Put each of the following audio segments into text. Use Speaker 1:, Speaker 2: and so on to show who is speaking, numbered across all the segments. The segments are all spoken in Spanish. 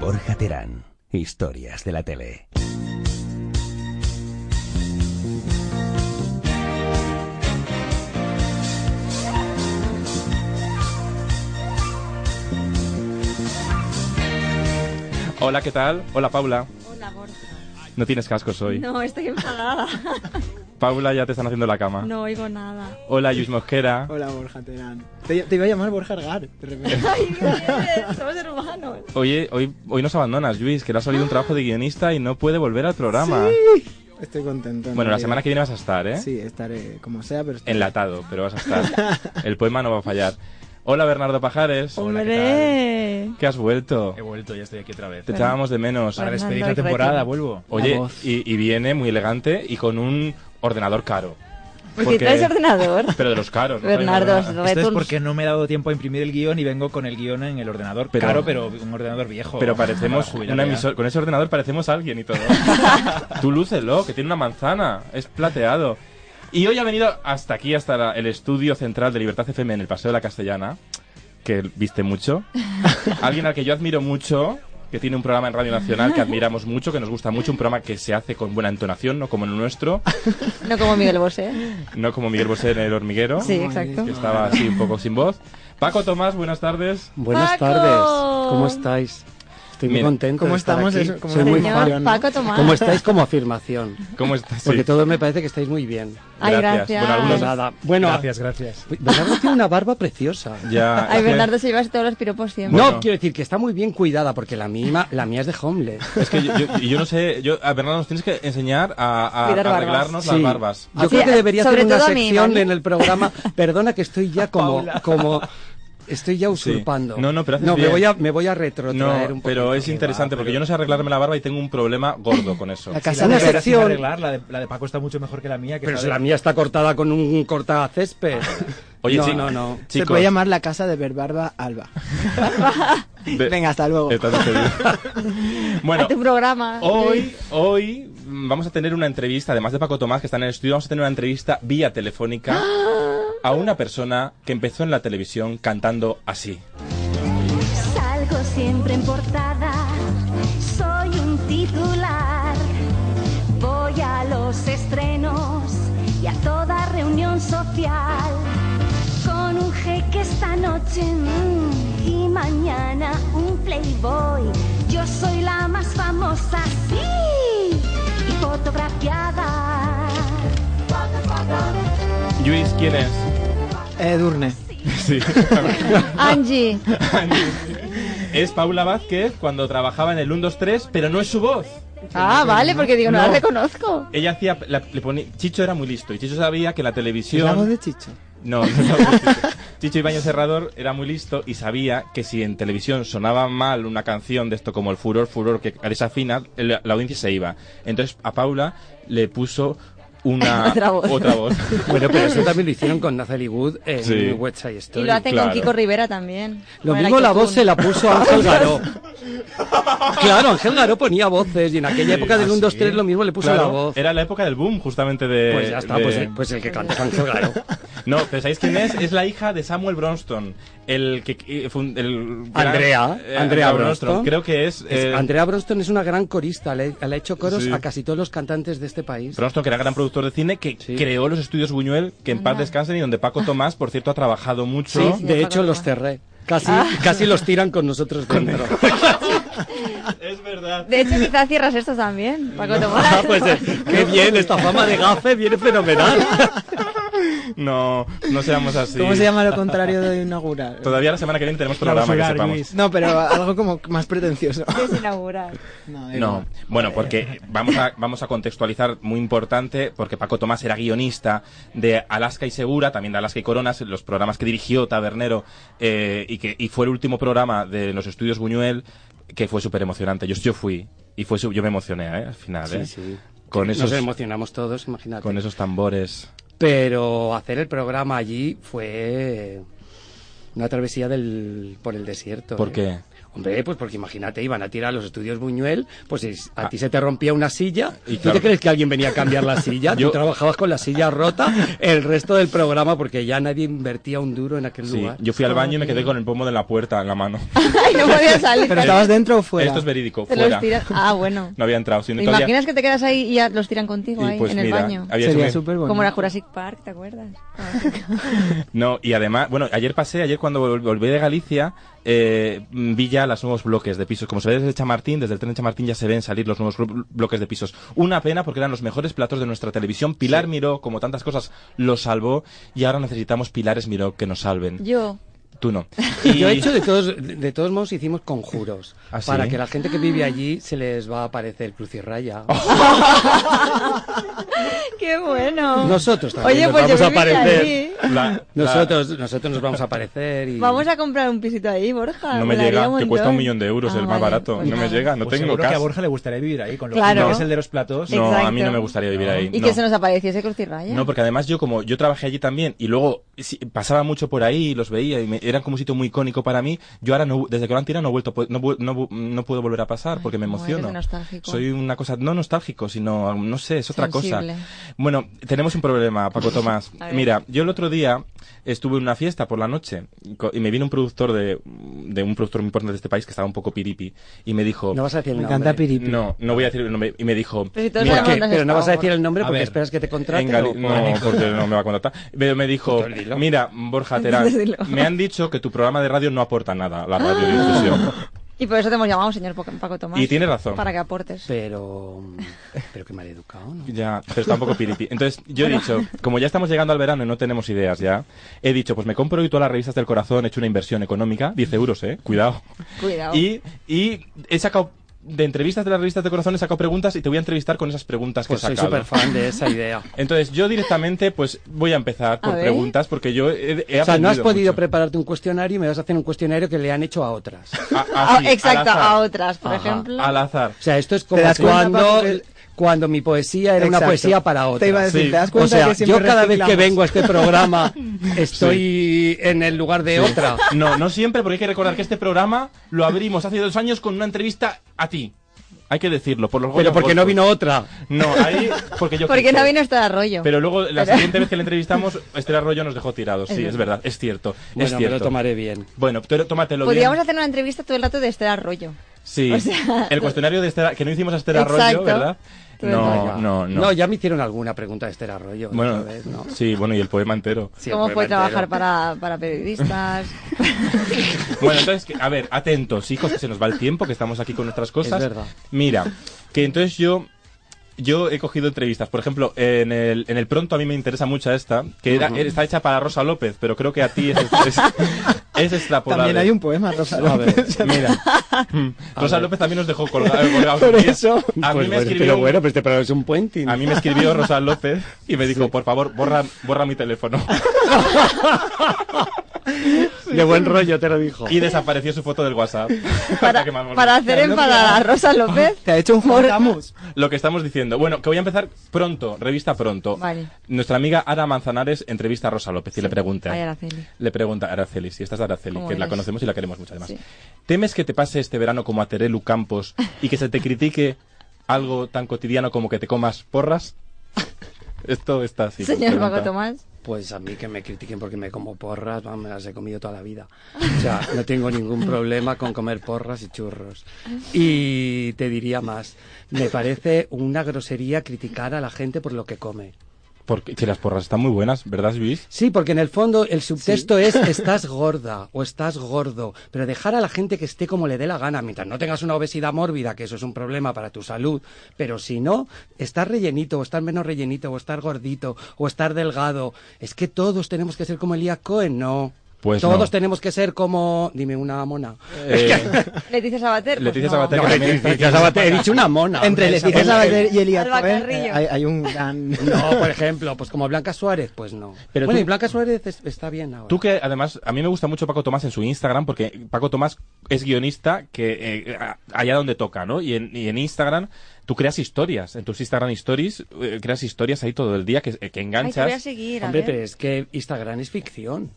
Speaker 1: Borja Terán, historias de la tele.
Speaker 2: Hola, ¿qué tal? Hola, Paula.
Speaker 3: Hola, Borja.
Speaker 2: No tienes cascos hoy.
Speaker 3: No, estoy enfadada.
Speaker 2: Paula, ya te están haciendo la cama.
Speaker 3: No oigo nada.
Speaker 2: Hola, Yus Mosquera.
Speaker 4: Hola, Borja Terán. Te, te iba a llamar Borja Argar, de repente.
Speaker 3: Ay, bien, somos hermanos.
Speaker 2: Oye, hoy, hoy nos abandonas, Luis, que le ha salido un trabajo de guionista y no puede volver al programa.
Speaker 4: Estoy contento. en
Speaker 2: Bueno, la
Speaker 4: realidad.
Speaker 2: semana que viene vas a estar, ¿eh?
Speaker 4: Sí, estaré como sea, pero... estaré.
Speaker 2: Enlatado, pero vas a estar. El poema no va a fallar. Hola, Bernardo Pajares.
Speaker 5: Hola, ¿qué
Speaker 3: Hombre.
Speaker 2: Que has vuelto.
Speaker 5: He vuelto, ya estoy aquí otra vez.
Speaker 2: Te echábamos de menos.
Speaker 5: Para
Speaker 3: Fernando
Speaker 5: despedir la
Speaker 3: Iglesias.
Speaker 5: temporada, vuelvo.
Speaker 2: Oye,
Speaker 4: voz.
Speaker 2: y, y viene muy elegante y con un ordenador caro.
Speaker 3: ¿Por qué traes ordenador?
Speaker 2: Pero de los caros. ¿no?
Speaker 3: Bernardo,
Speaker 5: Esto Este es
Speaker 3: retuns.
Speaker 5: porque no me he dado tiempo a imprimir el guión y vengo con el guión en el ordenador.
Speaker 2: Pero-
Speaker 5: Claro, pero un ordenador viejo.
Speaker 2: Pero
Speaker 5: Para
Speaker 2: parecemos
Speaker 5: jubilar
Speaker 2: una
Speaker 5: ya.
Speaker 2: emisora. Con ese ordenador parecemos a alguien y todo. Tú lúcelo, que tiene una manzana. Es plateado. Y hoy ha venido hasta aquí, hasta la- el estudio central de Libertad FM en el Paseo de la Castellana, que viste mucho. alguien al que yo admiro mucho, que tiene un programa en Radio Nacional que admiramos mucho, que nos gusta mucho, un programa que se hace con buena entonación, no como el nuestro,
Speaker 3: No como Miguel Bosé. ¿eh?
Speaker 2: no como Miguel Bosé en El Hormiguero,
Speaker 3: Sí,
Speaker 4: Ay,
Speaker 3: exacto.
Speaker 2: que estaba así un poco sin voz. Paco Tomás, buenas tardes.
Speaker 6: Buenas
Speaker 3: ¡Paco!
Speaker 6: tardes, ¿cómo estáis? Estoy muy
Speaker 2: Mira,
Speaker 6: contento.
Speaker 4: ¿cómo
Speaker 6: de estar
Speaker 4: estamos?
Speaker 6: aquí.
Speaker 4: Eso, ¿cómo
Speaker 6: Soy muy
Speaker 4: estamos?
Speaker 6: fan.
Speaker 3: Señor
Speaker 4: ¿no?
Speaker 3: Paco Tomás.
Speaker 6: ¿Cómo estáis como afirmación?
Speaker 2: ¿Cómo estás?
Speaker 6: Porque
Speaker 2: Sí.
Speaker 6: todo me parece que estáis muy bien.
Speaker 3: Ay, gracias.
Speaker 2: Bueno,
Speaker 6: Pues
Speaker 2: algunos-
Speaker 6: nada. Bueno,
Speaker 5: Gracias, gracias.
Speaker 6: Bernardo tiene una barba preciosa.
Speaker 2: Ya, es
Speaker 3: Ay,
Speaker 2: que-
Speaker 3: Bernardo se lleva todos los piropos siempre.
Speaker 6: No,
Speaker 2: Bueno.
Speaker 6: quiero decir que está muy bien cuidada porque la mía, la mía es de homeless.
Speaker 2: Es que yo, yo- yo no sé, yo, a Bernardo nos tienes que enseñar a, a-
Speaker 3: Cuidar
Speaker 2: a
Speaker 3: barbas.
Speaker 2: arreglarnos las
Speaker 6: Sí.
Speaker 2: barbas.
Speaker 6: Yo
Speaker 3: Sí,
Speaker 6: creo que debería
Speaker 3: sobre
Speaker 6: hacer una
Speaker 3: todo a mí,
Speaker 6: sección
Speaker 3: ¿vale?
Speaker 6: en el programa. Perdona que estoy ya como,
Speaker 5: Paula.
Speaker 6: como estoy ya usurpando.
Speaker 2: No, no, pero haces
Speaker 6: no me
Speaker 2: bien.
Speaker 6: voy a me voy a retrotraer
Speaker 2: No,
Speaker 6: un poco.
Speaker 2: pero es interesante porque yo no sé arreglarme la barba y tengo un problema gordo con eso.
Speaker 6: La
Speaker 5: Sí, la
Speaker 6: casa
Speaker 5: de
Speaker 6: de
Speaker 5: Vera sin
Speaker 6: sección.
Speaker 5: arreglar, la de, la de Paco está mucho mejor que la mía. Que
Speaker 6: Pero
Speaker 5: está
Speaker 6: si
Speaker 5: de-
Speaker 6: la mía está cortada con un cortacésped.
Speaker 2: Ah. Oye,
Speaker 6: no,
Speaker 2: chi-
Speaker 6: no, no.
Speaker 4: Se
Speaker 2: chicos,
Speaker 4: puede llamar la casa de Berbarba Alba.
Speaker 2: de-
Speaker 4: Venga, hasta luego.
Speaker 2: estás despedido. bueno,
Speaker 3: A tu programa.
Speaker 2: hoy, hoy mm, vamos a tener una entrevista, además de Paco Tomás que está en el estudio, vamos a tener una entrevista vía telefónica a una persona que empezó en la televisión cantando así.
Speaker 7: Salgo siempre en portada, soy un titular. Voy a los estrenos y a toda reunión social. Con un jeque esta noche mm, y mañana un playboy. Yo soy la más famosa, sí, y fotografiada.
Speaker 2: Luis, ¿quién es?
Speaker 4: Edurne.
Speaker 2: Sí.
Speaker 3: Angie.
Speaker 2: es Paula Vázquez cuando trabajaba en el 1, 2, 3, pero no es su voz.
Speaker 3: Ah, vale, porque digo, no,
Speaker 2: No.
Speaker 3: la reconozco.
Speaker 2: Ella hacía, la- le ponía, Chicho era muy listo y Chicho sabía que la
Speaker 4: ¿Es la voz
Speaker 2: televisión...
Speaker 4: de Chicho?
Speaker 2: No, no es la voz de Chicho. Chicho Ibañez Serrador era muy listo y sabía que si en televisión sonaba mal una canción de esto como el furor, furor, que desafina, la, la audiencia se iba. Entonces a Paula le puso una...
Speaker 3: Otra voz.
Speaker 6: Bueno, pero eso también lo hicieron con Nathalie Wood en
Speaker 2: Sí.
Speaker 6: West Side
Speaker 3: Y
Speaker 6: Story.
Speaker 3: lo hacen
Speaker 2: claro.
Speaker 3: con Kiko Rivera también.
Speaker 6: Lo
Speaker 3: Con el
Speaker 6: mismo la voz
Speaker 3: autotune.
Speaker 6: se la puso Ángel Garó. Claro, Ángel Garó ponía voces y en aquella época del 1, 2, 3 lo mismo le puso
Speaker 2: Ah, Claro,
Speaker 6: la voz.
Speaker 2: Era la época del boom justamente de...
Speaker 6: Pues ya está,
Speaker 2: de-
Speaker 6: pues, el- pues el que canta es Ángel Garó.
Speaker 2: No, pero ¿sabéis quién es? Es la hija de Samuel Bronston, el que... eh, fun- el gran- eh,
Speaker 6: Andrea, Andrea Bronston.
Speaker 2: Creo que es...
Speaker 6: Es-
Speaker 2: eh,
Speaker 6: Andrea Bronston es una gran corista, le, le ha hecho coros
Speaker 2: Sí.
Speaker 6: a casi todos los cantantes de este país.
Speaker 2: Bronston, que era gran productor de cine, que
Speaker 6: Sí.
Speaker 2: creó los estudios Buñuel, que en paz descansen, y donde Paco Tomás, por cierto, ha trabajado mucho.
Speaker 6: Sí,
Speaker 3: Sí,
Speaker 6: de
Speaker 3: sí,
Speaker 6: hecho
Speaker 3: Paco
Speaker 6: los cerré. Casi,
Speaker 2: Ah.
Speaker 6: casi los tiran con nosotros dentro.
Speaker 2: Es verdad.
Speaker 3: De hecho, quizás cierras esto
Speaker 2: pues,
Speaker 3: también, Paco Tomás.
Speaker 6: Ah, pues eh, qué bien, esta fama de gafe viene fenomenal.
Speaker 2: No, no seamos así.
Speaker 4: ¿Cómo se llama lo contrario de inaugurar?
Speaker 2: Todavía la semana que viene tenemos programa, que sepamos.
Speaker 4: No, pero algo como más pretencioso.
Speaker 3: Desinaugurar.
Speaker 4: No, da
Speaker 2: No,
Speaker 4: igual.
Speaker 2: bueno, porque vamos a, vamos a contextualizar muy importante, porque Paco Tomás era guionista de Alaska y Segura, también de Alaska y Coronas, los programas que dirigió Tabernero, eh, y que y fue el último programa de los estudios Buñuel, que fue súper emocionante. Yo, yo fui, y fue su- yo me emocioné, ¿eh? Al final,
Speaker 6: Sí,
Speaker 2: ¿eh?
Speaker 6: sí.
Speaker 2: Con esos,
Speaker 6: Nos emocionamos todos, imagínate.
Speaker 2: con esos tambores.
Speaker 6: Pero hacer el programa allí fue una travesía del, por el desierto.
Speaker 2: ¿Por
Speaker 6: ¿eh?
Speaker 2: qué?
Speaker 6: Hombre, pues porque imagínate, iban a tirar los estudios Buñuel, pues si a ti se te rompía una silla,
Speaker 2: Ah. Y
Speaker 6: ¿tú
Speaker 2: claro.
Speaker 6: te crees que alguien venía a cambiar la silla?
Speaker 2: Yo-
Speaker 6: Tú trabajabas con la silla rota el resto del programa porque ya nadie invertía un duro en aquel
Speaker 2: Sí,
Speaker 6: lugar.
Speaker 2: yo fui al baño y me quedé con el pomo de la puerta en la mano.
Speaker 3: Ay, no podía salir.
Speaker 4: ¿Pero estabas dentro o fuera?
Speaker 2: Esto es verídico,
Speaker 3: Te
Speaker 2: Pues fuera.
Speaker 3: los tiran. Ah, bueno.
Speaker 2: No había entrado.
Speaker 3: ¿Te
Speaker 2: sino que había-
Speaker 3: imaginas que te quedas ahí y ya los tiran contigo
Speaker 2: y
Speaker 3: ahí
Speaker 2: pues
Speaker 3: en el
Speaker 2: mira,
Speaker 3: baño?
Speaker 2: había
Speaker 4: Sería
Speaker 2: hecho que-
Speaker 4: súper bueno.
Speaker 3: Como la Jurassic Park, ¿te acuerdas?
Speaker 2: No, y además, bueno, ayer pasé, ayer cuando vol- volví de Galicia, eh, mm, vi ya los nuevos bloques de pisos. Como se ve desde Chamartín, desde el tren de Chamartín ya se ven salir los nuevos gru- bloques de pisos. Una pena porque eran los mejores platos de nuestra televisión. Pilar Miró, como tantas cosas, lo salvó y ahora necesitamos Pilares Miró que nos salven.
Speaker 3: Yo.
Speaker 2: Tú no.
Speaker 6: Yo he hecho de todos, de de todos modos hicimos conjuros
Speaker 2: ¿Ah, sí?
Speaker 6: para que la gente que vive allí se les va a aparecer crucirraya.
Speaker 2: Oh.
Speaker 3: ¡Qué bueno!
Speaker 6: Nosotros también
Speaker 3: Oye,
Speaker 6: nos
Speaker 3: pues yo
Speaker 6: vamos a
Speaker 3: viví
Speaker 6: aparecer.
Speaker 3: allí.
Speaker 2: La-
Speaker 6: Nosotros, nosotros nos vamos a aparecer y
Speaker 3: Vamos a comprar un pisito ahí, Borja.
Speaker 2: No me
Speaker 3: molaría
Speaker 2: llega, que cuesta
Speaker 3: montón.
Speaker 2: un millón de euros,
Speaker 3: Ah,
Speaker 2: el más
Speaker 3: vale,
Speaker 2: barato.
Speaker 3: pues
Speaker 2: no me
Speaker 3: nada.
Speaker 2: llega, no
Speaker 5: Pues
Speaker 2: tengo
Speaker 5: seguro que
Speaker 2: casa.
Speaker 5: a Borja le gustaría vivir ahí, con lo
Speaker 3: Claro.
Speaker 5: fino que es el de los platos.
Speaker 2: No, a mí
Speaker 3: Exacto.
Speaker 2: no me gustaría vivir ahí.
Speaker 3: Y
Speaker 2: no.
Speaker 3: que se nos apareciese Crucirraya.
Speaker 2: No, porque además yo como yo trabajé allí también y luego sí, pasaba mucho por ahí y los veía y me- era como un sitio muy icónico para mí. Yo ahora no, desde que lo han tirado no he vuelto pu- no, vu- no, vu- no puedo volver a pasar porque me
Speaker 3: cómo eres de
Speaker 2: emociono.
Speaker 3: nostálgico.
Speaker 2: Soy una cosa no nostálgico, sino no sé, es otra
Speaker 3: Sensible.
Speaker 2: cosa. Bueno, tenemos un problema, Paco Tomás.
Speaker 3: A ver.
Speaker 2: Mira, yo el otro día estuve en una fiesta por la noche y co- y me vino un productor de, de un productor muy importante de este país que estaba un poco piripi y me dijo
Speaker 6: no vas a decir el
Speaker 4: Me
Speaker 6: nombre.
Speaker 4: encanta Piripi.
Speaker 2: no, no voy a decir el nombre", y me dijo
Speaker 3: Pero si todos
Speaker 6: ¿Por
Speaker 2: "Mira,
Speaker 6: qué?
Speaker 3: no has
Speaker 6: Pero no vas a
Speaker 3: estado,
Speaker 6: decir el nombre
Speaker 5: A
Speaker 6: porque
Speaker 5: ver.
Speaker 6: esperas que te contraten.
Speaker 2: En Gali-
Speaker 6: o por-
Speaker 2: no, porque no me va a contratar. Pero me dijo,
Speaker 6: Pues dilo.
Speaker 2: mira, Borja Terán,
Speaker 3: Dilo.
Speaker 2: me han dicho que tu programa de radio no aporta nada a la radiodifusión.
Speaker 3: Y por eso te hemos llamado, señor Poc- Paco Tomás.
Speaker 2: Y tiene razón.
Speaker 3: Para que aportes.
Speaker 6: Pero, pero que maleducado, ¿no?
Speaker 2: Ya, pero está un poco piripi. Entonces, yo he dicho, como ya estamos llegando al verano y no tenemos ideas ya, he dicho, pues me compro hoy todas las revistas del corazón, he hecho una inversión económica, 10 euros, eh, cuidado.
Speaker 3: Cuidado.
Speaker 2: Y, y he sacado, de entrevistas de las revistas del corazón he sacado preguntas y te voy a entrevistar con esas preguntas que
Speaker 6: Pues
Speaker 2: he
Speaker 6: soy
Speaker 2: sacado.
Speaker 6: súper fan de esa idea.
Speaker 2: Entonces, yo directamente, pues voy a empezar por
Speaker 3: ver.
Speaker 2: preguntas, porque yo he, he
Speaker 6: O sea, no has
Speaker 2: aprendido
Speaker 6: podido
Speaker 2: mucho.
Speaker 6: prepararte un cuestionario y me vas a hacer un cuestionario que le han hecho a otras.
Speaker 2: A-
Speaker 3: Ah,
Speaker 2: así, al
Speaker 3: exacto,
Speaker 2: azar.
Speaker 3: a otras, por
Speaker 6: Ajá.
Speaker 3: ejemplo.
Speaker 2: Al azar.
Speaker 6: O sea, esto es como
Speaker 4: das cuenta,
Speaker 6: cuando,
Speaker 4: Paco, que-
Speaker 6: cuando mi poesía era una
Speaker 4: Exacto.
Speaker 6: poesía para otra.
Speaker 4: Te iba a decir,
Speaker 2: Sí.
Speaker 4: ¿te das
Speaker 6: O
Speaker 4: cuenta
Speaker 6: sea,
Speaker 4: que siempre
Speaker 6: yo cada vez que
Speaker 4: reciclamos?
Speaker 6: vengo a este programa estoy en el lugar de otra.
Speaker 2: No, no siempre, porque hay que recordar que este programa lo abrimos hace dos años con una entrevista a ti. Hay que decirlo, por los
Speaker 6: Pero
Speaker 2: Golden
Speaker 6: porque no
Speaker 2: Globes.
Speaker 6: vino otra.
Speaker 2: No, ahí, porque Ah, yo.
Speaker 3: Porque
Speaker 2: quise.
Speaker 3: no vino este arroyo.
Speaker 2: Pero luego, la
Speaker 3: Pero-
Speaker 2: siguiente vez que le entrevistamos, Esther Arroyo nos dejó tirados. Sí, es verdad, es cierto. es
Speaker 6: Bueno, me
Speaker 2: cierto.
Speaker 6: lo tomaré bien.
Speaker 2: Bueno, pero tómatelo
Speaker 3: Podríamos
Speaker 2: bien.
Speaker 3: hacer una entrevista todo el rato de este arroyo.
Speaker 2: Sí,
Speaker 3: o sea-
Speaker 2: el cuestionario de Esther, que no hicimos a Esther Arroyo,
Speaker 3: Exacto. Pues
Speaker 2: ¿verdad?
Speaker 3: Todo el
Speaker 2: No,
Speaker 3: rollo.
Speaker 2: no, no.
Speaker 6: ya me hicieron alguna pregunta de este arroyo.
Speaker 2: bueno,
Speaker 6: otra vez, ¿no?
Speaker 2: sí, bueno, y el poema entero.
Speaker 6: Sí,
Speaker 3: ¿Cómo
Speaker 6: el
Speaker 3: fue
Speaker 6: problema
Speaker 3: trabajar
Speaker 6: entero.
Speaker 3: para, para periodistas?
Speaker 2: Bueno, entonces, que- a ver, atentos, hijos, que se nos va el tiempo, que estamos aquí con nuestras cosas.
Speaker 6: Es verdad.
Speaker 2: Mira, que entonces yo. Yo he cogido entrevistas, por ejemplo, en el, en el pronto a mí me interesa mucho esta, que era, está hecha para Rosa López, pero creo que a ti es, es, es extrapolable.
Speaker 4: También hay un poema, Rosa
Speaker 6: A ver,
Speaker 4: López.
Speaker 2: Mira, Rosa
Speaker 6: ver.
Speaker 2: López también nos dejó colgado. colgados.
Speaker 4: Por
Speaker 2: A
Speaker 4: eso.
Speaker 2: mí
Speaker 6: Pues
Speaker 2: me
Speaker 6: bueno,
Speaker 2: escribió
Speaker 6: pero
Speaker 2: un-
Speaker 6: bueno, pero este programa es un puenting.
Speaker 2: a mí me escribió Rosa López y me dijo, por favor, borra, borra mi teléfono.
Speaker 6: De buen rollo te lo dijo.
Speaker 2: Y desapareció su foto del WhatsApp.
Speaker 3: para,
Speaker 2: Hasta que me acordé.
Speaker 3: para hacer enfadar a Rosa López.
Speaker 4: Te ha hecho un Juan Ramos.
Speaker 2: Lo que estamos diciendo. Bueno, que voy a empezar pronto, revista pronto.
Speaker 3: Vale.
Speaker 2: Nuestra amiga Ara Manzanares entrevista a Rosa López y le pregunta.
Speaker 3: Ay, Araceli.
Speaker 2: Le pregunta a Araceli, si esta es Araceli,
Speaker 3: ¿Cómo
Speaker 2: que la
Speaker 3: eres?
Speaker 2: conocemos y la queremos mucho además.
Speaker 3: Sí.
Speaker 2: ¿Temes que te pase este verano como a Terelu Campos y que se te critique algo tan cotidiano como que te comas porras? Esto está así. pues,
Speaker 3: Señor
Speaker 2: pregunta.
Speaker 3: Paco Tomás.
Speaker 6: Pues a mí que me critiquen porque me como porras, vamos, me las he comido toda la vida. O sea, no tengo ningún problema con comer porras y churros. Y te diría más, me parece una grosería criticar a la gente por lo que come.
Speaker 2: Porque que las porras están muy buenas, ¿verdad, Luis?
Speaker 6: Sí, porque en el fondo el subtexto es estás gorda o estás gordo, pero dejar a la gente que esté como le dé la gana, mientras no tengas una obesidad mórbida, que eso es un problema para tu salud, pero si no, estar rellenito o estar menos rellenito o estar gordito o estar delgado, es que todos tenemos que ser como Elia Cohen, no.
Speaker 2: Pues
Speaker 6: todos
Speaker 2: no.
Speaker 6: tenemos que ser como dime una mona.
Speaker 2: Eh,
Speaker 3: Leticia Sabater. pues
Speaker 2: Leticia
Speaker 3: no.
Speaker 2: Sabater,
Speaker 6: No,
Speaker 2: que también está
Speaker 6: Leticia
Speaker 2: aquí.
Speaker 6: Sabater, he dicho una mona.
Speaker 4: Entre
Speaker 6: hombre,
Speaker 4: Leticia
Speaker 6: esa-
Speaker 4: Sabater y Elia
Speaker 3: Alba
Speaker 4: Cohen
Speaker 3: Carrillo.
Speaker 4: eh, hay, hay un gran...
Speaker 6: No, por ejemplo, pues como Blanca Suárez, pues no.
Speaker 2: Pero
Speaker 6: bueno,
Speaker 2: tú-
Speaker 6: y Blanca Suárez es- está bien ahora.
Speaker 2: Tú que además, a mí me gusta mucho Paco Tomás en su Instagram, porque Paco Tomás es guionista que eh, a- allá donde toca, ¿no? Y en, y en Instagram tú creas historias, en tus Instagram Stories eh, creas historias ahí todo el día que, que
Speaker 3: Ay, te
Speaker 2: enganchas.
Speaker 3: voy a seguir. a
Speaker 6: Hombre,
Speaker 3: ver.
Speaker 6: pero es que Instagram es ficción.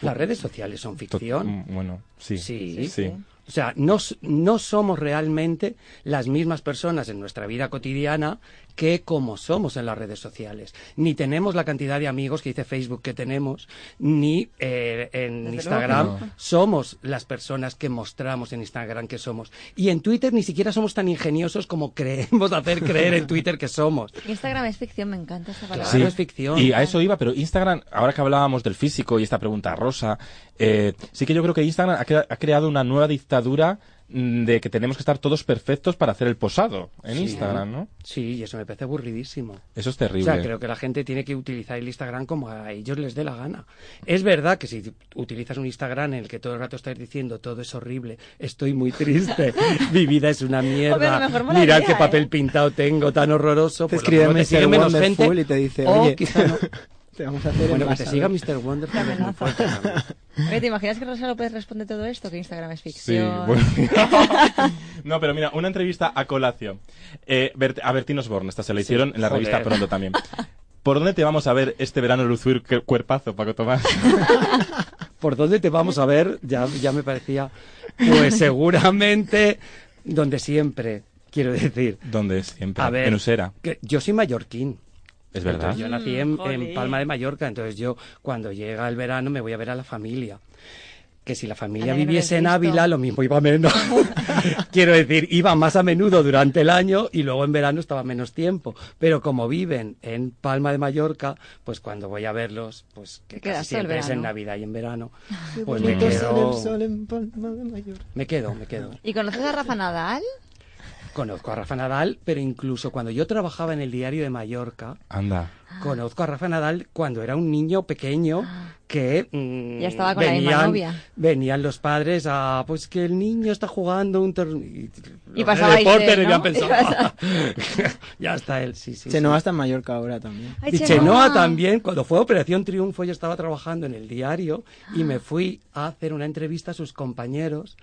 Speaker 6: Las redes sociales son
Speaker 2: To-
Speaker 6: ficción.
Speaker 2: mm, Bueno, sí.
Speaker 6: Sí.
Speaker 2: sí.
Speaker 6: O sea, no, s- no somos realmente las mismas personas en nuestra vida cotidiana que como somos en las redes sociales. Ni tenemos la cantidad de amigos que dice Facebook que tenemos, ni eh, en
Speaker 3: Desde
Speaker 6: Instagram
Speaker 2: luego que
Speaker 6: somos las personas que mostramos en Instagram que somos. Y en Twitter ni siquiera somos tan ingeniosos como creemos hacer creer en Twitter que somos.
Speaker 3: Instagram es ficción, me encanta esta palabra. Pues,
Speaker 6: Claro, es ficción.
Speaker 2: Y a eso iba, pero Instagram, ahora que hablábamos del físico y esta pregunta rosa, eh, sí que yo creo que Instagram ha, crea- ha creado una nueva dictadura mm, de que tenemos que estar todos perfectos para hacer el posado en
Speaker 6: Sí.
Speaker 2: Instagram, ¿no?
Speaker 6: Sí, y eso me parece aburridísimo.
Speaker 2: Eso es terrible.
Speaker 6: O sea, creo que la gente tiene que utilizar el Instagram como a ellos les dé la gana. Es verdad que si utilizas un Instagram en el que todo el rato estás diciendo todo es horrible, estoy muy triste, mi vida es una
Speaker 3: Hombre, a
Speaker 6: mierda,
Speaker 3: lo mejor molaría,
Speaker 6: mirad qué
Speaker 3: ¿eh?
Speaker 6: papel pintado tengo tan horroroso,
Speaker 4: Te
Speaker 6: pues
Speaker 4: escribe
Speaker 6: a lo mejor
Speaker 4: Mr.
Speaker 6: sigue menos
Speaker 4: Wonderful
Speaker 6: gente.
Speaker 4: y te dice,
Speaker 6: o
Speaker 4: oye,
Speaker 6: quizá no.
Speaker 4: te vamos a hacer
Speaker 6: Bueno, que te
Speaker 4: envasado.
Speaker 6: siga Mr. Wonderful. es muy
Speaker 3: amenaza.
Speaker 6: fuerte también.
Speaker 3: Oye, ¿Te imaginas que Rosa López responde todo esto? Que Instagram es
Speaker 2: Sí,
Speaker 3: ficción.
Speaker 2: bueno. no, pero mira, una entrevista a colación. Eh, Bert- a Bertín Osborne, esta se la hicieron en la
Speaker 6: joder.
Speaker 2: revista Pronto también. ¿Por dónde te vamos a ver este verano lucir cu- cuerpazo, Paco Tomás?
Speaker 6: ¿Por dónde te vamos a ver? Ya, ya me parecía. Pues seguramente donde siempre, quiero decir.
Speaker 2: ¿Dónde es? Siempre.
Speaker 6: A ver,
Speaker 2: En Usera.
Speaker 6: que yo soy mallorquín.
Speaker 2: Es verdad.
Speaker 6: Entonces, yo nací en, en Palma de Mallorca, entonces yo cuando llega el verano me voy a ver a la familia. Que si la familia
Speaker 3: Anda, que no
Speaker 6: viviese
Speaker 3: lo has
Speaker 6: en
Speaker 3: visto.
Speaker 6: Ávila, lo mismo iba menos. Quiero decir, iba más a menudo durante el año y luego en verano estaba menos tiempo. Pero como viven en Palma de Mallorca, pues cuando voy a verlos, pues que
Speaker 3: Te quedas
Speaker 6: casi
Speaker 3: todo el
Speaker 6: siempre es en
Speaker 3: verano.
Speaker 6: Navidad y en verano,
Speaker 4: Qué
Speaker 6: pues me
Speaker 4: bonito sale
Speaker 6: quedo,
Speaker 4: el sol en
Speaker 6: Pues,
Speaker 4: Palma de Mallorca.
Speaker 6: me quedo, me quedo.
Speaker 3: ¿Y conoces a Rafa Nadal?
Speaker 6: Conozco a Rafa Nadal, pero incluso cuando yo trabajaba en el diario de Mallorca,
Speaker 2: Anda.
Speaker 6: Conozco a Rafa Nadal cuando era un niño pequeño que mm,
Speaker 3: Ah. Ya estaba con la misma novia.
Speaker 6: venían los padres a pues que el niño está jugando un torneo y, los
Speaker 3: pasabais
Speaker 6: de deporte
Speaker 3: de él,
Speaker 6: le
Speaker 3: ¿no?
Speaker 6: habían pensado.
Speaker 3: Y pasa-
Speaker 6: ya está él, sí, sí. sí.
Speaker 4: Chenoa está en Mallorca ahora también.
Speaker 3: Ay,
Speaker 6: Y
Speaker 3: Chenoa.
Speaker 6: Chenoa también, cuando fue Operación Triunfo, yo estaba trabajando en el diario y
Speaker 3: Ah.
Speaker 6: me fui a hacer una entrevista a sus compañeros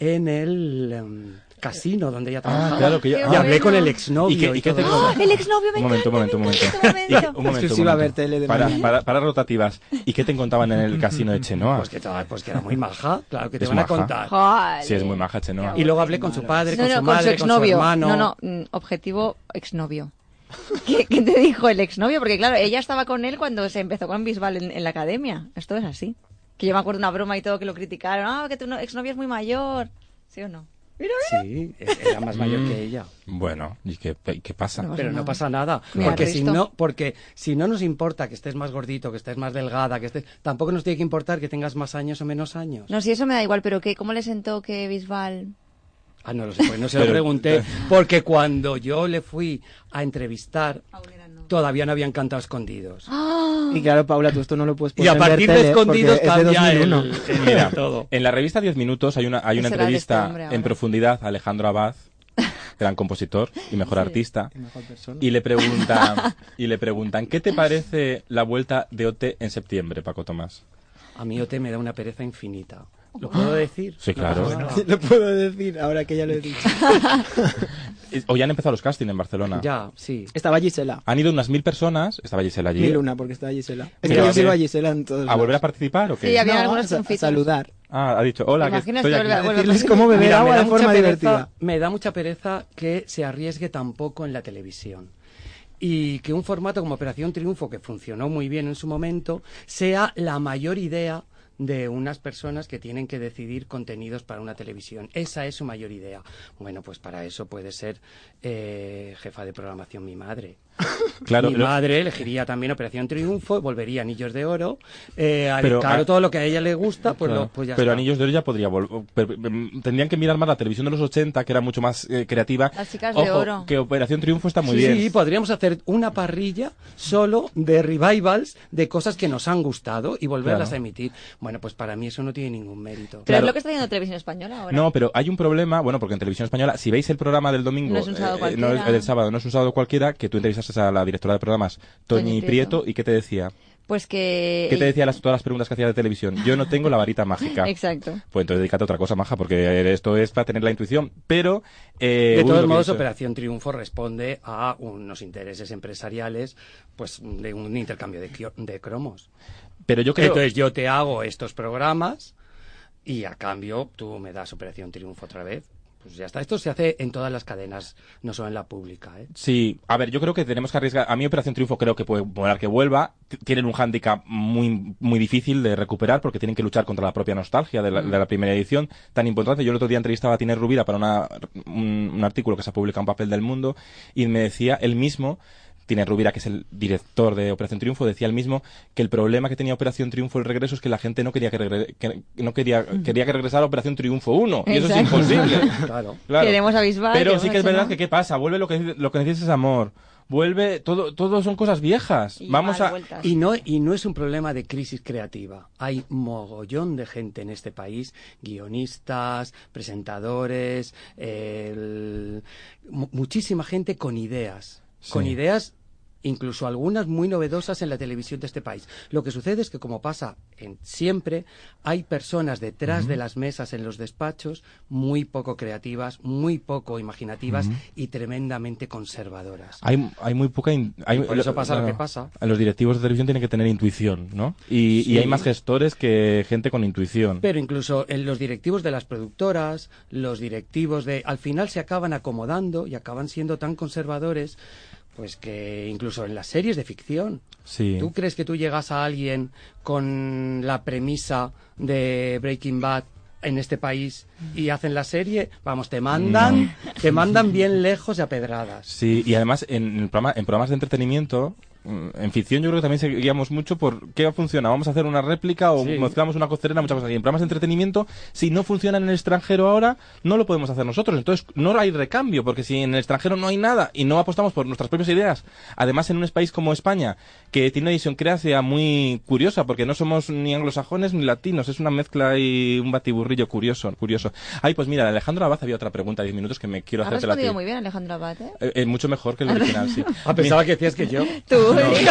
Speaker 6: en el em, casino donde ella trabajaba.
Speaker 2: claro que yo-
Speaker 6: ah, y
Speaker 3: Qué
Speaker 6: hablé
Speaker 3: bueno.
Speaker 6: con el
Speaker 2: ¿Y qué-
Speaker 6: exnovio.
Speaker 2: y qué
Speaker 6: todo
Speaker 2: te-
Speaker 6: eso.
Speaker 3: ¡Ah, el exnovio me
Speaker 2: Un momento, un momento,
Speaker 3: encanta,
Speaker 2: un
Speaker 3: me
Speaker 2: momento.
Speaker 3: encanta este
Speaker 2: Y-
Speaker 3: momento.
Speaker 2: un momento, un
Speaker 4: Exclusiva
Speaker 2: momento.
Speaker 4: ver tele de
Speaker 2: para,
Speaker 4: mañana.
Speaker 2: para, para rotativas. ¿Y qué te encontraban en el casino de Chenoa?
Speaker 6: Pues que, tal, pues que era muy maja, claro que te
Speaker 2: Es
Speaker 6: van a
Speaker 2: maja.
Speaker 6: contar.
Speaker 3: Joder.
Speaker 2: Sí, es muy maja Chenoa.
Speaker 6: Y luego hablé con su padre,
Speaker 3: No,
Speaker 6: con
Speaker 3: no,
Speaker 6: su madre, con su,
Speaker 3: exnovio.
Speaker 6: hermano.
Speaker 3: No, no, mm, objetivo exnovio. ¿Qué, qué te dijo el exnovio? Porque claro, ella estaba con él cuando se empezó con Bisbal en, en la academia. Esto es así. Que yo me acuerdo una broma y todo que lo criticaron. Ah, que tu no- exnovio es muy mayor. ¿Sí o no?
Speaker 6: Sí, era más mayor que ella.
Speaker 2: Mm. Bueno, ¿y qué, y qué pasa?
Speaker 3: No.
Speaker 6: Pero no
Speaker 3: nada.
Speaker 6: pasa nada,
Speaker 3: Mira,
Speaker 6: porque si
Speaker 3: Risto.
Speaker 6: no, porque si no nos importa que estés más gordito, que estés más delgada, que estés, tampoco nos tiene que importar que tengas más años o menos años.
Speaker 3: No, si eso me da igual, pero ¿qué, ¿cómo le sentó que Bisbal...
Speaker 6: Ah, no lo sé, pues no se lo
Speaker 2: Pero-
Speaker 6: pregunté, porque cuando yo le fui a entrevistar, todavía no habían cantado escondidos.
Speaker 8: Ah.
Speaker 4: Y claro, Paula, tú esto no lo puedes
Speaker 6: Y
Speaker 4: poner
Speaker 6: a
Speaker 4: en ver
Speaker 6: partir de
Speaker 4: tele,
Speaker 6: escondidos
Speaker 4: porque es de
Speaker 6: cambia
Speaker 4: 2001.
Speaker 6: el,
Speaker 2: eh, Mira,
Speaker 6: el todo.
Speaker 2: en la revista 10 minutos hay una, hay una
Speaker 3: Ese era de este
Speaker 2: entrevista
Speaker 3: hombre ahora.
Speaker 2: en profundidad a Alejandro Abad, gran compositor y mejor artista,
Speaker 4: Mejor persona.
Speaker 2: y le preguntan, y le preguntan, ¿qué te parece la vuelta de Ote en septiembre, Paco Tomás?
Speaker 6: A mí OT me da una pereza infinita. ¿Lo puedo decir?
Speaker 2: Sí,
Speaker 6: No
Speaker 2: claro.
Speaker 6: pasa nada.
Speaker 4: Lo puedo decir ahora que ya lo he dicho.
Speaker 2: Eh, O ya han empezado los castings en Barcelona.
Speaker 6: Ya, sí.
Speaker 4: Estaba Gisela.
Speaker 2: Han ido unas mil personas, estaba Gisela allí,
Speaker 4: Mi luna, porque estaba Gisela. Es que
Speaker 2: Mira,
Speaker 4: yo sigo
Speaker 2: a
Speaker 4: a
Speaker 2: ver.
Speaker 4: Gisela en todos
Speaker 2: a volver a
Speaker 4: lados.
Speaker 2: participar o qué?
Speaker 3: Sí, a- Había
Speaker 4: No,
Speaker 3: algunos
Speaker 4: a- a
Speaker 3: confitos.
Speaker 4: saludar.
Speaker 2: Ah, ha dicho, hola, que
Speaker 3: imaginas
Speaker 2: estoy
Speaker 3: que
Speaker 2: aquí.
Speaker 3: vuelve a- vuelve a
Speaker 4: Decirles cómo beber
Speaker 6: Mira, me da
Speaker 4: agua de
Speaker 6: mucha
Speaker 4: forma
Speaker 6: pereza-
Speaker 4: divertida.
Speaker 6: Me da mucha pereza que se arriesgue tampoco en la televisión. Y que un formato como Operación Triunfo, que funcionó muy bien en su momento, sea la mayor idea de unas personas que tienen que decidir contenidos para una televisión. Esa es su mayor idea. Bueno, pues para eso puede ser eh, jefa de programación mi madre.
Speaker 2: Claro,
Speaker 6: Mi
Speaker 2: lo-
Speaker 6: madre elegiría también Operación Triunfo, volvería Anillos de Oro. eh, al-
Speaker 2: Pero,
Speaker 6: claro,
Speaker 2: ah,
Speaker 6: todo lo que a ella le gusta, pues, lo-
Speaker 2: Claro.
Speaker 6: pues ya
Speaker 2: pero
Speaker 6: está.
Speaker 2: Anillos de Oro ya podría volver. Tendrían que mirar más la televisión de los 80, que era mucho más eh, creativa.
Speaker 3: Las chicas de
Speaker 2: Ojo,
Speaker 3: oro.
Speaker 2: Que Operación Triunfo está muy
Speaker 6: sí,
Speaker 2: bien.
Speaker 6: sí, podríamos hacer una parrilla solo de revivals de cosas que nos han gustado y volverlas
Speaker 2: Claro.
Speaker 6: a emitir. Bueno, pues para mí eso no tiene ningún mérito.
Speaker 3: Pero
Speaker 2: Claro.
Speaker 3: es lo que está haciendo Televisión Española ahora.
Speaker 2: No, pero hay un problema, bueno, porque en televisión española, si veis el programa del domingo, eh,
Speaker 3: No es un sábado
Speaker 2: no es-
Speaker 3: cualquiera.
Speaker 2: del sábado, no es un sábado cualquiera, que tú entrevistaste a la directora de programas, Toñi
Speaker 3: Toñi Prieto.
Speaker 2: Prieto, y qué te decía,
Speaker 3: Pues que...
Speaker 2: qué te decía las, todas las preguntas que hacía de televisión. Yo no tengo la varita mágica.
Speaker 3: Exacto.
Speaker 2: Pues entonces dedícate a otra cosa, maja, porque esto es para tener la intuición. Pero eh, uy,
Speaker 6: De
Speaker 2: lo
Speaker 6: todos
Speaker 2: que
Speaker 6: modos,
Speaker 2: he dicho.
Speaker 6: Operación Triunfo responde a unos intereses empresariales, pues de un intercambio de, quio- de cromos.
Speaker 2: Pero yo creo.
Speaker 6: Entonces yo te hago estos programas y a cambio tú me das Operación Triunfo otra vez. Pues ya está. Esto se hace en todas las cadenas, no solo en la pública. ¿eh?
Speaker 2: Sí, a ver, yo creo que tenemos que arriesgar. A mí Operación Triunfo creo que puede volar que vuelva. T- Tienen un hándicap muy, muy difícil de recuperar porque tienen que luchar contra la propia nostalgia de la, de
Speaker 3: Mm.
Speaker 2: la primera edición tan importante. Yo el otro día entrevistaba a Tiner Rubira para una- un, un artículo que se ha publicado en Papel del Mundo y me decía él mismo, Tiner Rubira, que es el director de Operación Triunfo, decía él mismo que el problema que tenía Operación Triunfo el regreso es que la gente no quería que, regre- que- no quería, quería que regresara Operación Triunfo 1 y eso es
Speaker 3: Mm. Exacto.
Speaker 2: imposible.
Speaker 6: Claro.
Speaker 2: Claro.
Speaker 3: Queremos a Bisbal,
Speaker 2: Pero
Speaker 3: queremos
Speaker 2: sí que
Speaker 3: a
Speaker 2: es verdad
Speaker 3: Chenoa.
Speaker 2: que qué pasa, vuelve lo que lo que necesitas es amor. Vuelve todo todo son cosas viejas.
Speaker 3: Y
Speaker 2: Vamos
Speaker 3: dar
Speaker 2: a
Speaker 3: vueltas.
Speaker 6: Y no, y no es un problema de crisis creativa. Hay mogollón de gente en este país, guionistas, presentadores, el- mu- muchísima gente con ideas,
Speaker 2: Sí.
Speaker 6: con ideas incluso algunas muy novedosas en la televisión de este país. Lo que sucede es que, como pasa en siempre, hay personas detrás de las mesas en los despachos muy poco creativas, muy poco imaginativas y tremendamente conservadoras.
Speaker 2: hay, hay muy poca... in- hay-
Speaker 6: por eso pasa lo que pasa.
Speaker 2: Los directivos de televisión tienen que tener intuición, ¿no? Y, y
Speaker 6: Sí.
Speaker 2: hay más gestores que gente con intuición.
Speaker 6: Pero incluso en los directivos de las productoras, los directivos de... Al final se acaban acomodando y acaban siendo tan conservadores, pues que incluso en las series de ficción.
Speaker 2: sí.
Speaker 6: ¿Tú crees que tú llegas a alguien con la premisa de Breaking Bad en este país y hacen la serie? Vamos, te mandan, te mandan bien lejos y a pedradas.
Speaker 2: Sí, y además en, el programa- en programas de entretenimiento, mm, en ficción yo creo que también seguíamos mucho por qué funciona. Vamos a hacer una réplica o
Speaker 6: Sí.
Speaker 2: mezclamos una costerena, muchas cosas. Y en programas de entretenimiento, si no funciona en el extranjero ahora, no lo podemos hacer nosotros. Entonces no hay recambio, porque si en el extranjero no hay nada y no apostamos por nuestras propias ideas, además en un país como España, que tiene una idiosincrasia muy curiosa, porque no somos ni anglosajones ni latinos, es una mezcla y un batiburrillo curioso, curioso. Ay, pues mira, Alejandro Abad había otra pregunta de 10 minutos que me quiero
Speaker 3: Has
Speaker 2: hacerte la
Speaker 3: respondido muy bien, Alejandro Abad, ¿eh?
Speaker 2: eh, eh, mucho mejor que el original, sí.
Speaker 6: A pesar Ah, que decías que yo...
Speaker 3: Tú, ¿eh?